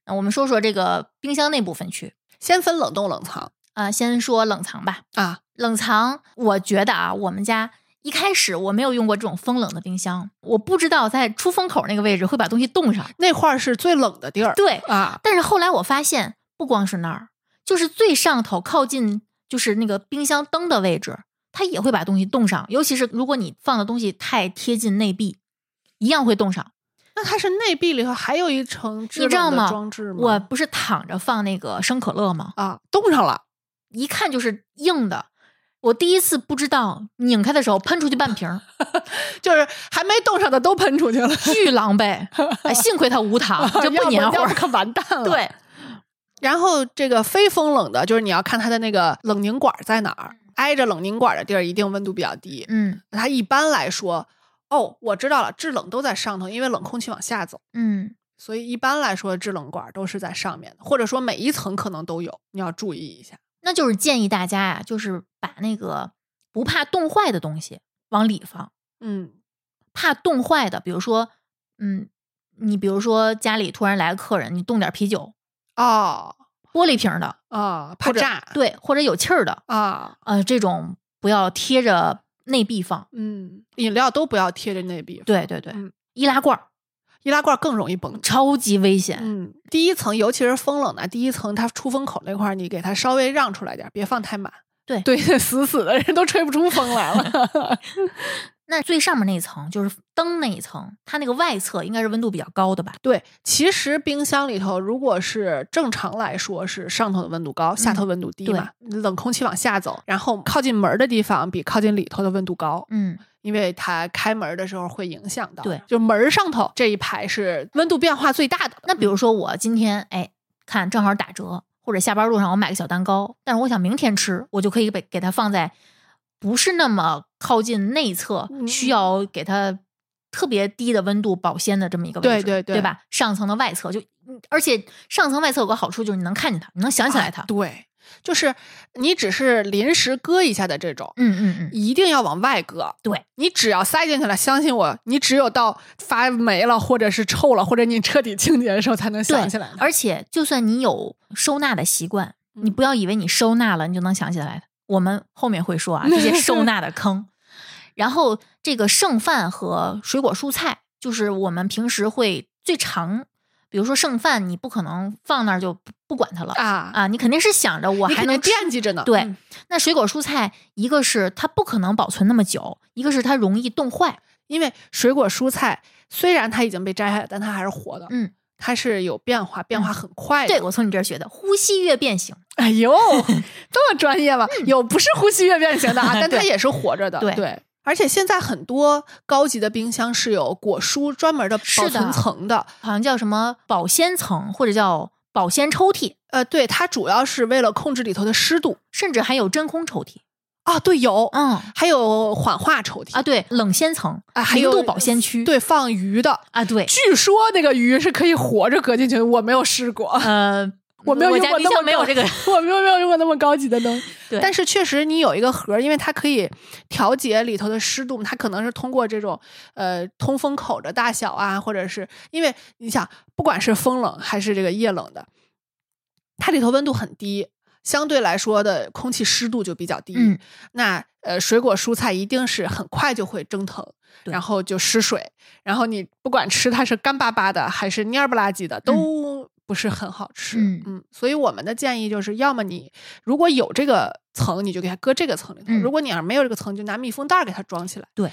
那我们说说这个冰箱内部分区先分冷冻冷藏啊、呃先说冷藏吧。啊，冷藏，我觉得啊，我们家一开始我没有用过这种风冷的冰箱，我不知道在出风口那个位置会把东西冻上。那块儿是最冷的地儿。对，啊，但是后来我发现，不光是那儿，就是最上头靠近就是那个冰箱灯的位置，它也会把东西冻上。尤其是如果你放的东西太贴近内壁，一样会冻上。那它是内壁里头还有一层制你知道冷的吗装置吗？我不是躺着放那个生可乐吗？啊，冻上了，一看就是硬的。我第一次不知道，拧开的时候喷出去半瓶儿，就是还没冻上的都喷出 去了，巨狼狈。哎，幸亏它无糖，这要不粘要和不。可完蛋了。，对，然后这个非风冷的，就是你要看它的那个冷凝管在哪儿，挨着冷凝管的地儿一定温度比较低。嗯它一般来说，哦，我知道了，制冷都在上头，因为冷空气往下走，嗯，所以一般来说制冷管都是在上面的，或者说每一层可能都有，你要注意一下。那就是建议大家呀、就是把那个不怕冻坏的东西往里放。嗯，怕冻坏的，比如说，嗯，你比如说家里突然来个客人，你冻点啤酒，哦玻璃瓶儿的，啊，怕或者炸，对，或者有气儿的，啊，呃，这种不要贴着内壁放，嗯，饮料都不要贴着内壁，对对对，嗯易拉罐儿易拉罐更容易崩。超级危险，嗯，第一层尤其是风冷的，第一层它出风口那块儿，你给它稍微让出来点儿，别放太满。对对， 死死的人都吹不出风来了。那最上面那一层就是灯那一层，它那个外侧应该是温度比较高的吧？对，其实冰箱里头如果是正常来说是上头的温度高，下头温度低对嘛，冷空气往下走，然后靠近门儿的地方比靠近里头的温度高，嗯，因为它开门儿的时候会影响到。对就门儿上头这一排是温度变化最大的。那比如说我今天哎看正好打折，或者下班路上我买个小蛋糕，但是我想明天吃，我就可以给给它放在不是那么靠近内侧，嗯需要给它特别低的温度保鲜的这么一个位置，对对对对，吧？上层的外侧就，嗯而且上层外侧有个好处就是你能看见它，你能想起来它，啊对，就是你只是临时搁一下的这种，嗯嗯嗯，一定要往外搁。对，你只要塞进去了，相信我，你只有到发霉了，或者是臭了，或者你彻底清洁的时候，才能想起来对。。而且就算你有收纳的习惯，你嗯不要以为你收纳了你就能想起来的。我们后面会说啊，这 些收纳的坑。然后这个剩饭和水果蔬菜，就是我们平时会最常，比如说剩饭，你不可能放那儿就不不管它了啊，啊，你肯定是想着我你还肯能定吃惦记着呢。对嗯，那水果蔬菜，一个是它不可能保存那么久，一个是它容易冻坏。因为水果蔬菜虽然它已经被摘下来，但它还是活的。嗯，它是有变化，变化很快的。对，我从你这儿学的，呼吸越变形。 哎呦，这么专业吗？有不是呼吸越变 形的啊，但它对也是活着的。对而且现在很多高级的冰箱是有果蔬专门的保是的存层的，好像叫什么保鲜层，或者叫保鲜抽屉，呃，对，它主要是为了控制里头的湿度甚至还有真空抽屉。啊。对，有，嗯还有缓化抽屉啊，对，冷鲜层，啊，还零有度保鲜区。对，放鱼的。啊，对，据说那个鱼是可以活着搁进去的，我没有试过，呃，嗯我没有我用家过冰那么箱没有高这 个。，我没有没有用过那么高级的东西。对但是确实你有一个盒儿，因为它可以调节里头的湿度，它可能是通过这种呃通风口的大小啊，或者是因为你想，不管是风冷还是这个夜冷的，它里头温度很低。相对来说的空气湿度就比较低，嗯，那呃，水果蔬菜一定是很快就会蒸腾，对然后就失水，然后你不管吃它是干巴巴的还是蔫儿不拉几的，都不是很好吃。嗯所以我们的建议就是，要么你如果有这个层，你就给它搁这个层里头；嗯如果你要是没有这个层，就拿密封袋儿给它装起来。对，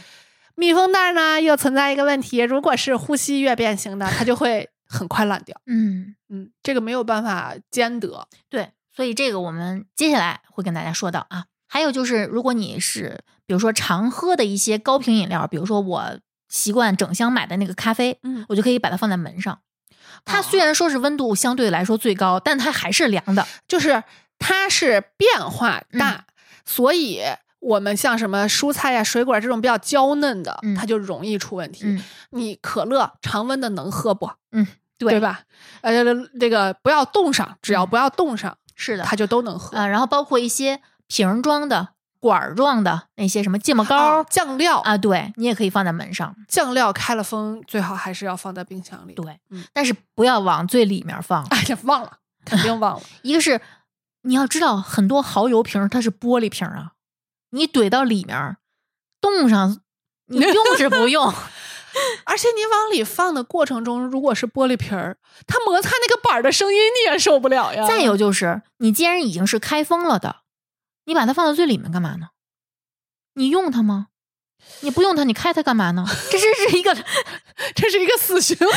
密封袋儿呢又存在一个问题，如果是呼吸越变形的，它就 会很快烂掉。嗯，嗯，这个没有办法兼得。对，所以这个我们接下来会跟大家说到啊。还有就是，如果你是比如说常喝的一些高频饮料，比如说我习惯整箱买的那个咖啡，嗯，我就可以把它放在门上。它哦虽然说是温度相对来说最高，但它还是凉的。就是它是变化嗯大，所以我们像什么蔬菜呀、水果啊这种比较娇嫩的，嗯它就容易出问题。嗯，你可乐常温的能喝不？嗯，对对吧？呃，这个不要冻上，只要嗯不要冻上，是的，它就都能喝。啊，然后包括一些瓶儿装的、管儿装的那些什么芥末膏哦儿酱料，啊，对你也可以放在门上，酱料开了封，最好还是要放在冰箱里。对嗯，但是不要往最里面放。哎呀，忘了，肯定 忘了。一个是你要知道，很多蚝油瓶儿它是玻璃瓶 儿啊，你怼到里面儿冻上，你用是不用？而且你往里放的过程中，如果是玻璃瓶儿，它摩擦那个板儿的声音你也受不了呀。再有就是，你既然已经是开封了的，你把它放到最里面干嘛呢？你用它吗？你不用它，你开它干嘛 呢？这真是一个 这是一个死循环，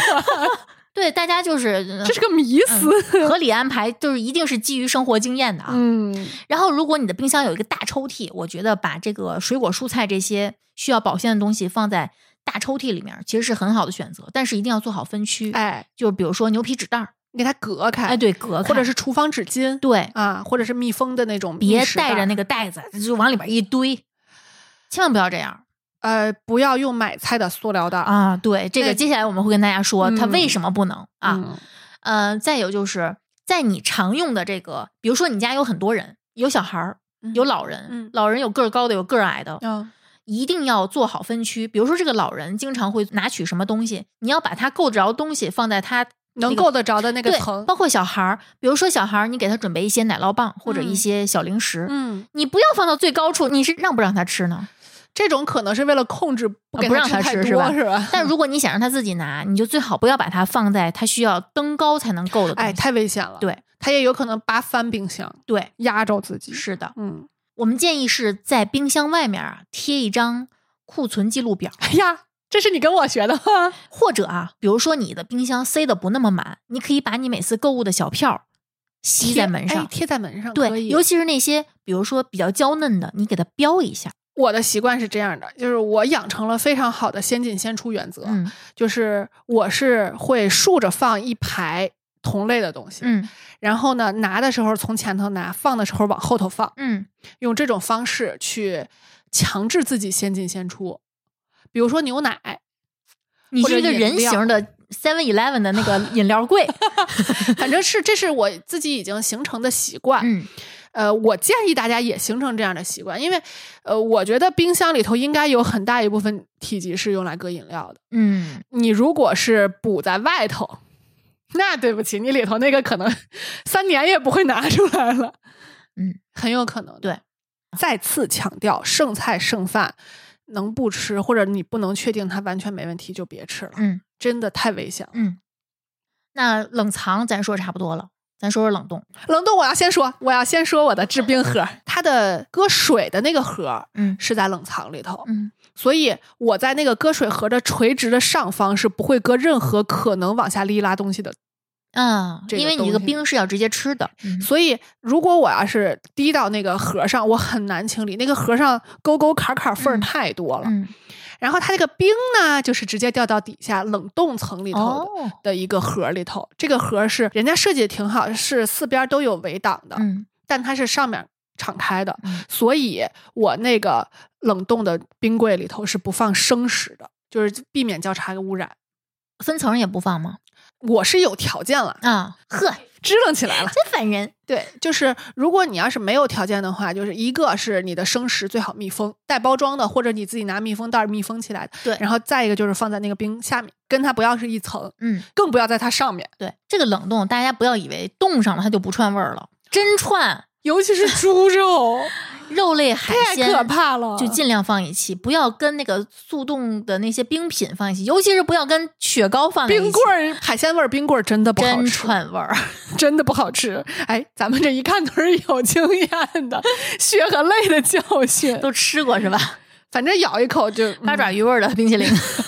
对大家就是呃这是个迷思。嗯合理安排，就是一定是基于生活经验的啊。嗯，然后，如果你的冰箱有一个大抽屉，我觉得把这个水果、蔬菜这些需要保鲜的东西放在大抽屉里面，其实是很好的选择，但是一定要做好分区。，哎，就比如说牛皮纸袋儿，你给它隔开，哎，，对，隔开，或者是厨房纸巾，对，啊，或者是密封的那种密别食袋，带着那个袋子就往里边一堆，千万不要这样呃，不要用买菜的塑料袋儿啊！对，这个那接下来我们会跟大家说它嗯为什么不能啊。嗯呃，再有就是在你常用的这个，比如说你家有很多人，有小孩儿，有老人，嗯老人有个儿高的，有个儿矮的，嗯一定要做好分区。比如说这个老人经常会拿取什么东西，你要把他够得着的东西放在他能够得着的那个对，层，包括小孩儿，比如说小孩儿，你给他准备一些奶酪棒或者一嗯些小零食。嗯，你不要放到最高处，你是让不让他吃呢？这种可能是为了控制不啊给不让它它太吃多，是是吧吧？ 但如果你想让他自己拿，你就最好不要把它放在他需要登高才能够的东哎，西。太危险了，对，它也有可能扒翻冰箱，对，压着自己，是的，嗯，我们建议是在冰箱外面啊贴一张库存记录表，哎呀，这是你跟我学的吗？或者啊，比如说你的冰箱塞的不那么满，你可以把你每次购物的小票吸在门上哎，贴在门上，可对，以尤其是那些比如说比较娇嫩的，你给它标一下。我的习惯是这样的，就是我养成了非常好的先进先出原则，嗯就是我是会竖着放一排同类的东西，嗯然后呢，拿的时候从前头拿，放的时候往后头放，嗯用这种方式去强制自己先进先出。比如说牛奶，你或是一者个饮人形料的 Seven Eleven 的那 个饮料柜。反正是这是我自己已经形成的习惯。嗯呃，我建议大家也形成这样的习惯，因为呃，我觉得冰箱里头应该有很大一部分体积是用来搁饮料的。嗯，你如果是补在外头，那对不起，你里头那个可能三年也不会拿出来了。嗯，很有可能的。对，再次强调，剩菜剩饭能不吃，或者你不能确定它完全没问题，就别吃了。嗯，真的太危险了。那冷藏咱说差不多了，咱说说冷冻。冷冻，我要先说，我要先说我的制冰盒，它的搁水的那个盒嗯是在冷藏里头，嗯所以我在那个搁水盒的垂直的上方是不会搁任何可能往下沥拉东西的啊，这个因为你这个东西冰是要直接吃的。嗯所以，如果我要是滴到那个盒上，我很难清理。那个盒上沟沟坎坎缝儿嗯太多了。嗯然后它这个冰呢，就是直接掉到底下冷冻层里头的,、哦的一个盒里头。这个盒是人家设计的挺好，是四边都有围挡的，嗯但它是上面敞开的，嗯所以我那个冷冻的冰柜里头是不放生食的，就是避免交叉污染。分层也不放吗？我是有条件了，啊，呵，支棱起来了。真烦人。对，就是如果你要是没有条件的话，就是一个是你的生食最好密封，带包装的或者你自己拿密封袋儿密封起来的。对然后再一个就是放在那个冰下面，跟它不要是一层，嗯，更不要在它上面，对，这个冷冻大家不要以为冻上了它就不串味儿了，真串。尤其是猪 肉，肉类海太鲜可怕了。就尽量放一起，不要跟那个速冻的那些冰品放一起，尤其是不要跟雪糕放在一起冰棍儿、海鲜味儿冰棍儿真的不好真吃，串味儿。 真的不好吃。哎，咱们这一看都是有经验的，血和泪的教训。都吃过是吧？反正咬一口就嗯八爪鱼。鱼味儿的冰淇 淋。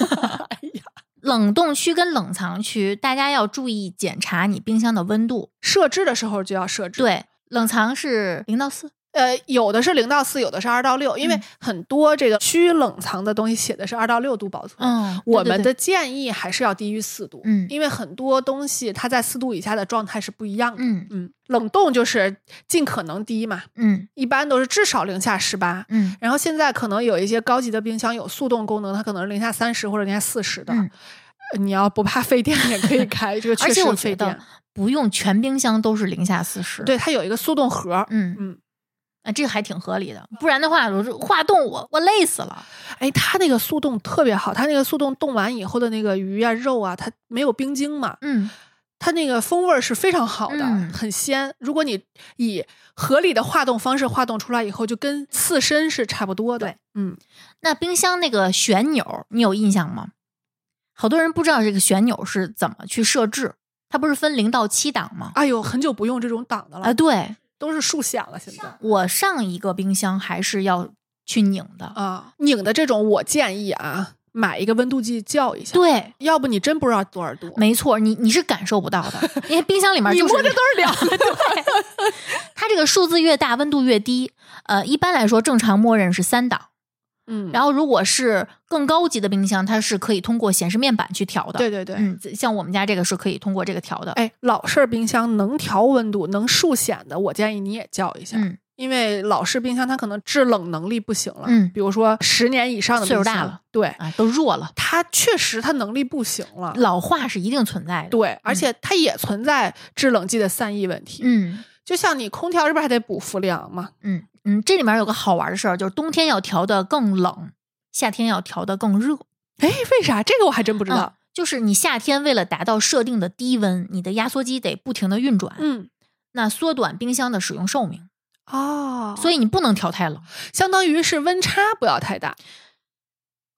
哎呀，冷冻区跟冷藏区，大家要注意检查你冰箱的温度。设置的时候就要设置。对，冷藏是零到四。呃，有的是零到四，有的是二到六，因为嗯很多这个需冷藏的东西写的是二到六度保存。嗯，我对们对的建议还是要低于四度，嗯因为很多东西它在四度以下的状态是不一样的。嗯嗯，冷冻就是尽可能低嘛，嗯一般都是至少零下十八。嗯然后现在可能有一些高级的冰箱有速冻功能，它可能是零下三十或者零下四十的。嗯呃你要不怕费电也可以开，这个 而确且实我费觉电得。不用全冰箱都是零下四十。，对，它有一个速冻盒儿，嗯嗯，啊，这个还挺合理的。不然的话，我这化冻我我累死了。哎，它那个速冻特别好，它那个速冻冻完以后的那个鱼啊、肉啊，它没有冰晶嘛，嗯，它那个风味儿是非常好的，嗯很鲜。如果你以合理的化冻方式化冻出来以后，就跟刺身是差不多的。对，嗯，那冰箱那个旋钮，你有印象吗？好多人不知道这个旋钮是怎么去设置，它不是分零到七档吗？哎呦，很久不用这种档的了，啊，对都是竖响了。现在我上一个冰箱还是要去拧的，啊，拧的这种，我建议啊，买一个温度计校一下，，对，要不你真不知道多少度。没错，你你是感受不到的，因为冰箱里面你就是摸着那都是凉的，它这个数字越大，温度越低。呃，一般来说，正常默认是三档。嗯然后，如果是更高级的冰箱，它是可以通过显示面板去调的。对对对，嗯，像我们家这个是可以通过这个调的。哎，老式儿冰箱能调温度、能数显的，我建议你也叫一下，嗯，因为老式冰箱它可能制冷能力不行了，嗯比如说十年以上的岁数冰大箱了，对，啊，都弱了，它确实它能力不行了，嗯老化是一定存在的。，对，而且它也存在制冷剂的散逸问题，嗯就像你空调这边还得补氟利昂嘛，嗯嗯，这里面有个好玩的事儿，就是冬天要调的更冷，夏天要调的更热。哎，为啥这个我还真不知嗯道，就是你夏天为了达到设定的低温，你的压缩机得不停的运转，嗯，那缩短冰箱的使用寿命，哦，所以你不能调太冷。相当于是温差不要太大，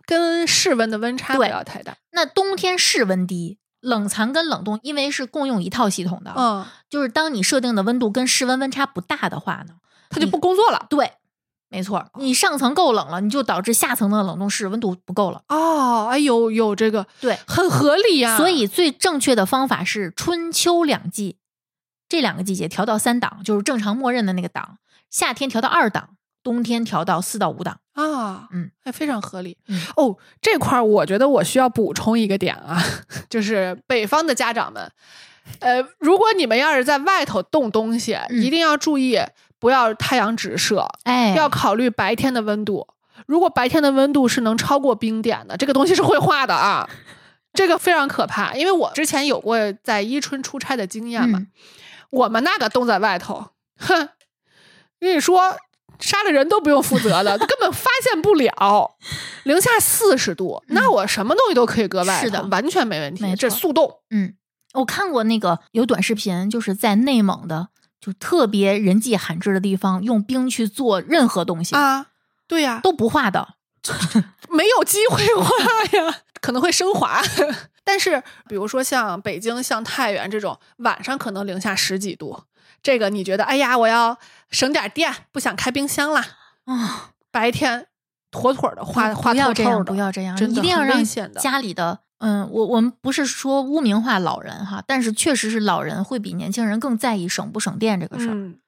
跟室温的温差不对要太大，那冬天室温低，冷藏跟冷冻因为是共用一套系统的，嗯，就是当你设定的温度跟室温温差不大的话呢，它就不工作了。对，没错，哦你上层够冷了，你就导致下层的冷冻室温度不够了。哦，哎有有这个，对很合理呀、所以最正确的方法是春秋两季，这两个季节调到三档，就是正常默认的那个档；夏天调到二档，冬天调到四到五档。啊，嗯，哎，非常合理。嗯哦，这块儿我觉得我需要补充一个点啊， 就是北方的家长们，呃，如果你们要是在外头冻东西，嗯一定要注意不要太阳直射，哎，要考虑白天的温度。如果白天的温度是能超过冰点的，这个东西是会化的啊，这个非常可怕。因为我之前有过在伊春出差的经验嘛，嗯我们那个冻在外头，哼，跟你说杀了人都不用负责的， 根本发现不了。零下四十度，那我什么东西都可以搁外嗯头，是的完全没问题。没这错速冻，嗯，我看过那个有短视频，就是在内蒙的，就特别人迹罕至的地方，用冰去做任何东西啊，对呀、都不化的。没有机会化呀， 可能会升华。 但是，比如说像北京、像太原这种，晚上可能零下十几度，这个你觉得，哎呀，我要省点电，不想开冰箱啦。啊，白天妥妥的化嗯不化要透这透样，的，不要这样，真的一定要很危让险的家里的。嗯，我我们不是说污名化老人哈，但是确实是老人会比年轻人更在意省不省电这个事儿、嗯，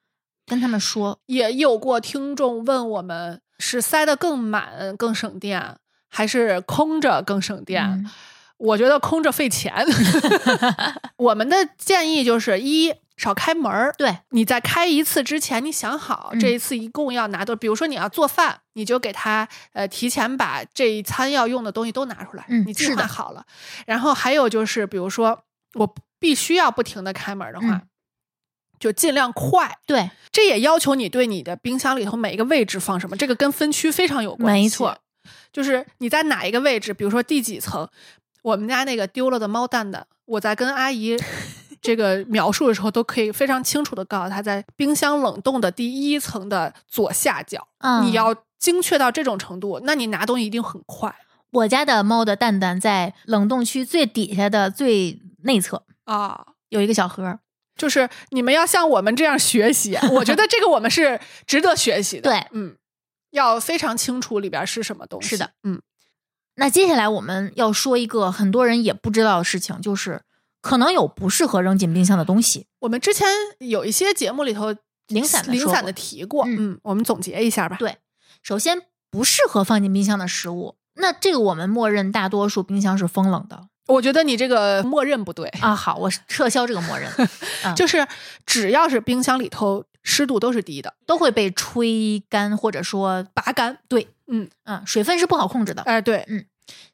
跟他们说，也有过听众问我们，是塞得更满更省电，还是空着更省电？嗯我觉得空着 费钱。 我们的建议就是一。少开门儿，对，你在开一次之前，你想好嗯这一次一共要拿多，比如说你要做饭，你就给他呃提前把这一餐要用的东西都拿出来，嗯你计是划的好了。然后还有就是，比如说我必须要不停的开门的话，嗯就尽量快。对，这也要求你对你的冰箱里头每一个位置放什么，这个跟分区非常有关系。没错，就是你在哪一个位置，比如说第几层，我们家那个丢了的猫蛋蛋，我在跟 阿姨这个描述的时候，都可以非常清楚的告诉她，在冰箱冷冻的第一层的左下角，嗯，你要精确到这种程度，那你拿东西一定很快我家的猫的蛋蛋在冷冻区最底下的最内侧啊。有一个小盒儿，就是你们要像我们这样学习，啊我觉得这个我们是值得学习的。对嗯，要非常清楚里边是什么东西。是的，嗯，那接下来我们要说一个很多人也不知道的事情，就是可能有不适合扔进冰箱的东西。我们之前有一些节目里头零散地零说散过的提过，嗯嗯，我们总结一下吧。对首先，不适合放进冰箱的食物，那这个我们默认大多数冰箱是封冷的我觉得你这个默认不对，啊。好，我撤销这个 默认，啊就是只要是冰箱里头湿度都是低的，都会被吹干或者说拔干。对，嗯，嗯，水分是不好控制的，哎、对，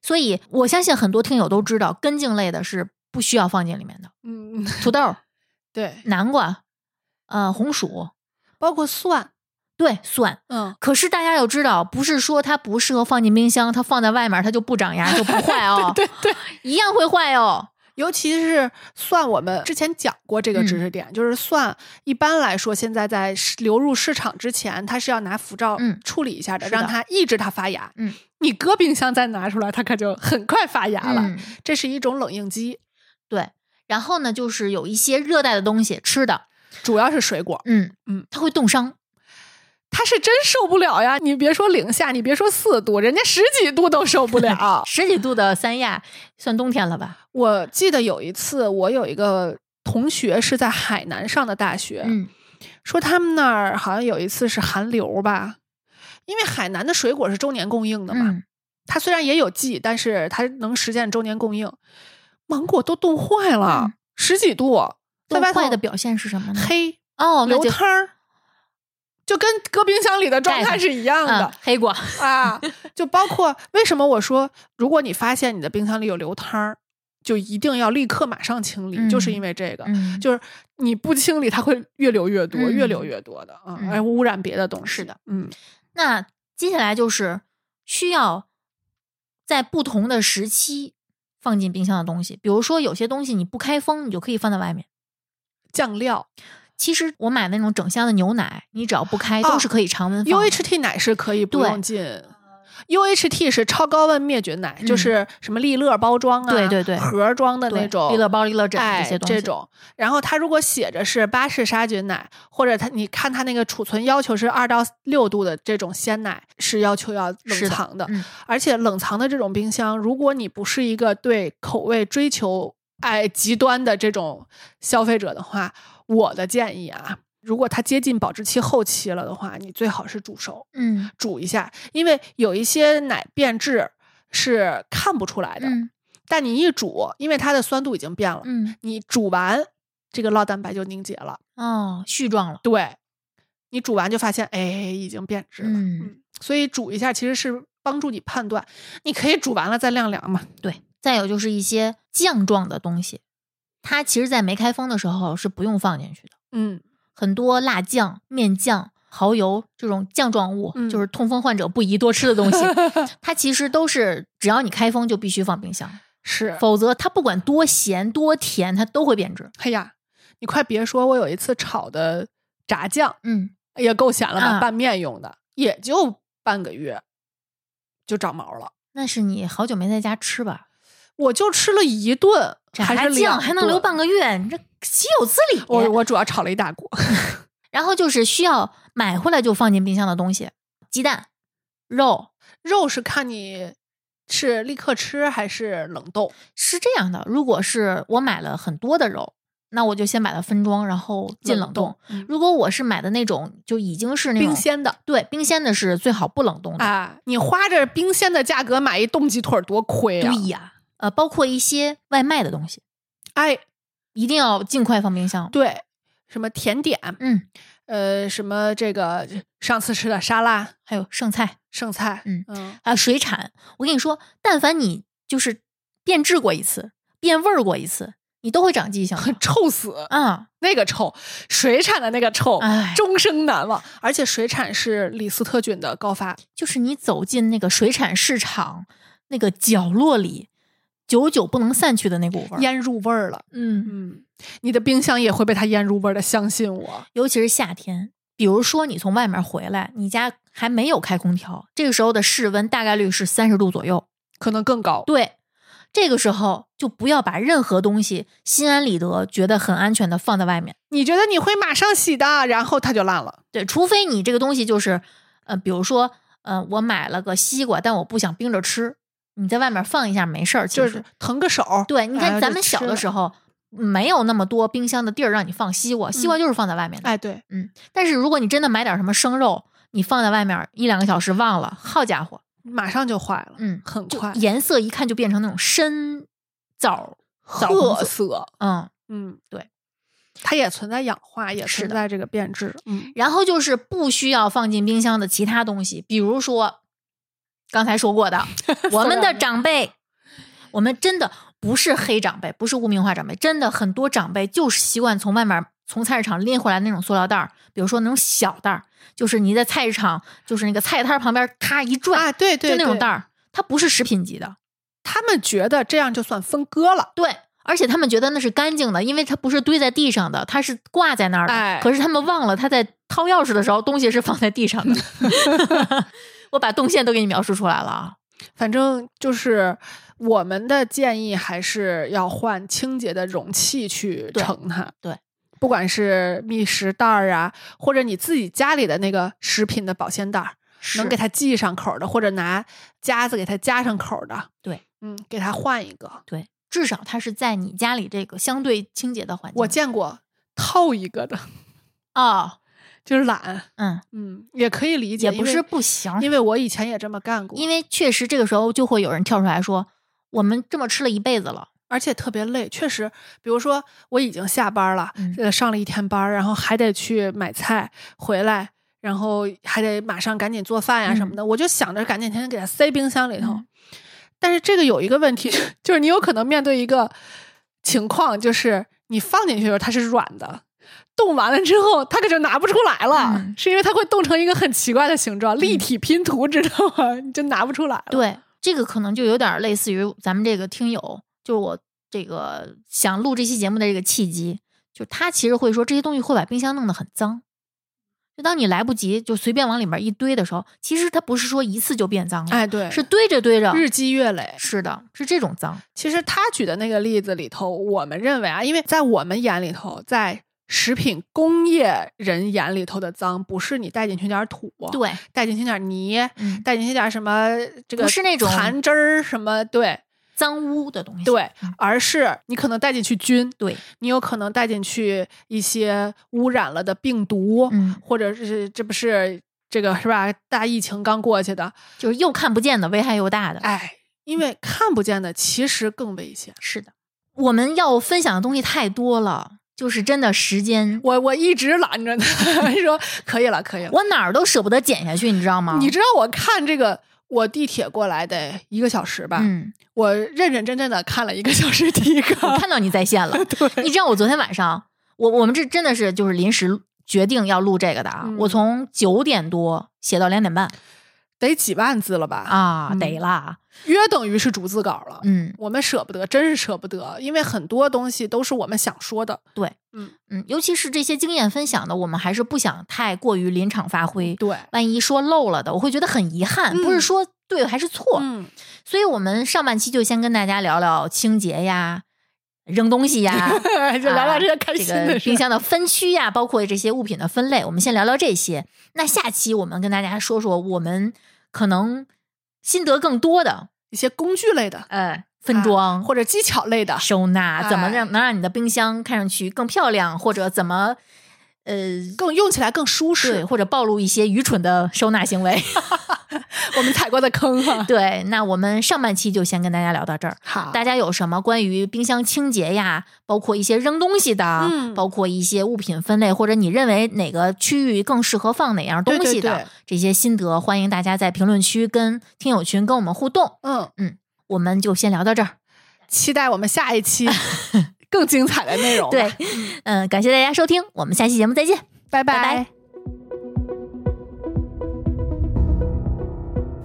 所以我相信很多听友都知道，根茎类的是不需要放进里面 的，嗯，土豆、对，南瓜、呃红薯，包括蒜，对，蒜。嗯，可是大家要知道，不是说它不适合放进冰箱，它放在外面它就不长芽就不坏哦， 对对对，一样会坏哦。尤其是蒜，我们之前讲过这个嗯知识点，就是蒜一般来说现在在市流入市场之前，它是要拿辐照嗯处理一下的，是的让它抑制它发芽。嗯，你搁冰箱再拿出来，它可就很快发芽了。嗯这是一种冷应激，对。然后呢，就是有一些热带的东西吃的，主要是水果。嗯嗯，它会冻伤。。他是真受不了呀！你别说零下，你别说四度，人家十几度都受不了 十几度的三亚算冬天了吧？我记得有一次，我有一个同学是在海南上的大学，嗯说他们那儿好像有一次是寒流吧，因为海南的水果是周年供应的嘛，嗯，它虽然也有季，但是它能实现周年供应，芒果都冻坏了，嗯十几度，在冻外头坏的表现是什么呢？黑哦，那流就汤儿，就跟搁冰箱里的状盖态上是一样的。嗯黑果，啊，就包 括为什么我说，如果你发现你的冰箱里有流汤儿，就一定要立刻马上清理，就是嗯因为这个，嗯，就是你不清理，它会越流越多，越嗯流越多的啊，嗯而污染别的东西。是的，嗯，那接下来就是需要在不同的时期放进冰箱的东西，比如说有些东西你不开封，你就可以放在外面。酱料其实我买那种整箱的牛奶，你只要不开，哦都是可以常温放的。 ，UHT 奶是可以不对用进。UHT 是超高温灭菌奶，就嗯是什么利乐包装啊，对对对盒儿装的那对种利乐包、利乐枕哎这些东西，这种。然后它如果写着是巴氏杀菌奶，或者它你看它那个储存要求是二到六度的这种鲜奶，是要求要冷是的藏的。嗯而且冷藏的这种冰箱，如果你不是一个对口味追求哎极端的这种消费者的话，我的建议啊，如果它接近保质期后期了的话，你最好是煮熟。嗯煮一下，因为有一些奶变质是看不出来的，嗯但你一煮，因为它的酸度已经变了，嗯你煮完这个酪蛋白就凝结了，哦，絮状了，对，你煮完就发现哎已经变质了，嗯所以煮一下其实是帮助你判断，你可以煮完了再晾凉嘛，对。再有就是一些酱状的东西，它其实在没开封的时候是不用放进去的。嗯，很多辣酱、面酱、蚝油这种酱状物，嗯就是痛风患者不宜多吃的东西， 它其实都是只要你开封就必须放冰箱，是，否则它不管多咸多甜，它都会变质。哎呀，你快别说，我有一次炒的炸酱嗯，也够咸了吧，啊拌面用的，也就半个月就长毛了。那是你好久没在家吃吧？我就吃了一顿，还炸是两酱还能留顿半个月，你这岂有此理！我我主要炒了一大锅， 然后就是需要买回来就放进冰箱的东西，鸡蛋、肉肉是看你是立刻吃还是冷冻。是这样的。如果是我买了很多的肉，那我就先把它分装，然后进冷冻。嗯如果我是买的那种，就已经是那种冰，鲜的对，冰鲜的是最好不冷冻的。啊，你花着冰鲜的价格买一冻鸡腿儿多亏啊！对呀、呃，包括一些外卖的东西，哎，一定要尽快放冰箱。对，什么甜点，嗯，呃，什么这个上次吃的沙拉、还有剩菜，剩菜，嗯嗯， 还有水产。我跟你说，但凡你就是变质过一次、变味儿过一次，你都会长记性的。很臭死，啊，那个臭，水产的那个臭，哎，终生难忘。而且水产是李斯特菌的高发，就是你走进那个水产市场那个角落里，久久不能散去的那股味儿。腌入味儿了。嗯，嗯，你的冰箱也会被它腌入味儿的，相信我。尤其是夏天，比如说你从外面回来，你家还没有开空调，这个时候的室温大概率是三十度左右。可能更高。对，这个时候就不要把任何东西心安理得、觉得很安全的放在外面。你觉得你会马上洗的，然后它就烂了。对，除非你这个东西就是，呃，比如说，呃，我买了个西瓜，但我不想冰着吃，你在外面放一下没事儿，其就实是腾个手，对，你哎看呀咱就们小吃的了时候没有那么多冰箱的地儿让你放西瓜，西瓜就是放在外面的。哎，对，但是如果你真的买点什么生肉，你放在外面一两个小时忘了，好家伙，马上就坏了，嗯，很就快，颜色一看就变成那种深枣枣红褐色，色，嗯。嗯，对，它也存在氧化，也是存的在这个变质，嗯，然后就是不需要放进冰箱的其他东西，比如说刚才说过 的，我们的长辈，我们真的不是黑长辈，不是污名化长辈，真的很多长辈就是习惯从外面从菜市场拎回来那种塑料袋儿，比如说那种小袋儿，就是你在菜市场就是那个菜摊儿旁边咔一拽，啊，对对，就那种对袋，儿，它不是食品级的，他们觉得这样就算分割了，对，而且他们觉得那是干净的，因为它不是堆在地上的，它是挂在那儿的。哎可是他们忘了，他在掏钥匙的时候，东西是放在地上 的。 我把动线都给你描述出来了 啊。反正就是我们的建议还是要换清洁的容器去对盛它。对不管是觅食袋儿啊，或者你自己家里的那个食品的保鲜袋儿，能给他它系上口儿的，或者拿夹子给它夹上口儿的。对，嗯，给它换一个。对，至少它是在你家里这个相对清洁的环境。我见过套一个的， 哦，就是懒。嗯，嗯，也可以理解，也不因为是不行，因为我以前也这么干过，因为确实这个时候就会有人跳出来说，我们这么吃了一辈子了，而且特别累，确实，比如说我已经下班了，嗯呃，上了一天班儿，然后还得去买菜回来，然后还得马上赶紧做饭呀、什么的，我就想着赶紧先给它塞冰箱里头。嗯但是这个有一个问题， 就是你有可能面对一个情况，就是你放进去的时候它是软的。冻完了之后，它可就拿不出来了，嗯是因为它会冻成一个很奇怪的形状，立体拼图，知道吗？你就拿不出来了。，对，这个可能就有点类似于咱们这个听友，就是我这个想录这期节目的这个契机，就他其实会说这些东西会把冰箱弄得很脏。就当你来不及就随便往里面一堆的时候，其实它不是说一次就变脏了，哎，对，是堆着堆着，日积月累。是的，是这种脏。其实他举的那个例子里头，我们认为啊，因为在我们眼里头，在食品工业人眼里头的脏，不是你带进去点儿土，对，带进去点儿泥，嗯，带进去点儿什么这个不是那种残汁儿什么，对脏污的东西。对嗯，而是你可能带进去菌，对，你有可能带进去一些污染了的病毒，嗯，或者是这不是这个是吧？大疫情刚过去的，就是又看不见的，危害又大的。哎，因为看不见的其实更危险。是的，我们要分享的东西太多了，就是真的时间，我我一直拦着他 说可以了，可以了。我哪儿都舍不得剪下去，你知道吗？你知道我看这个，我地铁过来得一个小时吧，嗯，我认认真真的看了一个小时第一我个，。看到你在线了 对，你知道我昨天晚上，我我们这真的是就是临时决定要录这个的啊！嗯我从九点多写到两点半得几万字了吧？，啊，嗯得啦，约等于是逐字稿了。嗯我们舍不得，真是舍不得，因为很多东西都是我们想说的。嗯，尤其是这些经验分享的，我们还是不想太过于临场发挥，对，万一说漏了的，我会觉得很遗憾，嗯不是说对还是错，嗯，，所以我们上半期就先跟大家聊聊清洁呀、扔东西呀哎就聊聊这些开心啊这的个事。冰箱的分区呀，包括这些物品的分类，我们先聊聊这些。那下期我们跟大家说说我们可能心得更多的一些工具类的，呃分装、啊或者技巧类的，收纳，怎么让哎能让你的冰箱看上去更漂亮，或者怎么呃更用起来更舒对，适。或者暴露一些愚蠢的收纳行 为。我们踩过的坑哈、对，那我们上半期就先跟大家聊到这儿。好，大家有什么关于冰箱清洁呀，包括一些扔东西的，嗯包括一些物品分类，或者你认为哪个区域更适合放哪样东西的对对对这些心得，欢迎大家在评论区跟听友群跟我们互动。嗯，我们就先聊到这儿，期待我们下 一期更精彩的内容吧。对，嗯，感谢大家收听，我们下期节目再见。拜拜拜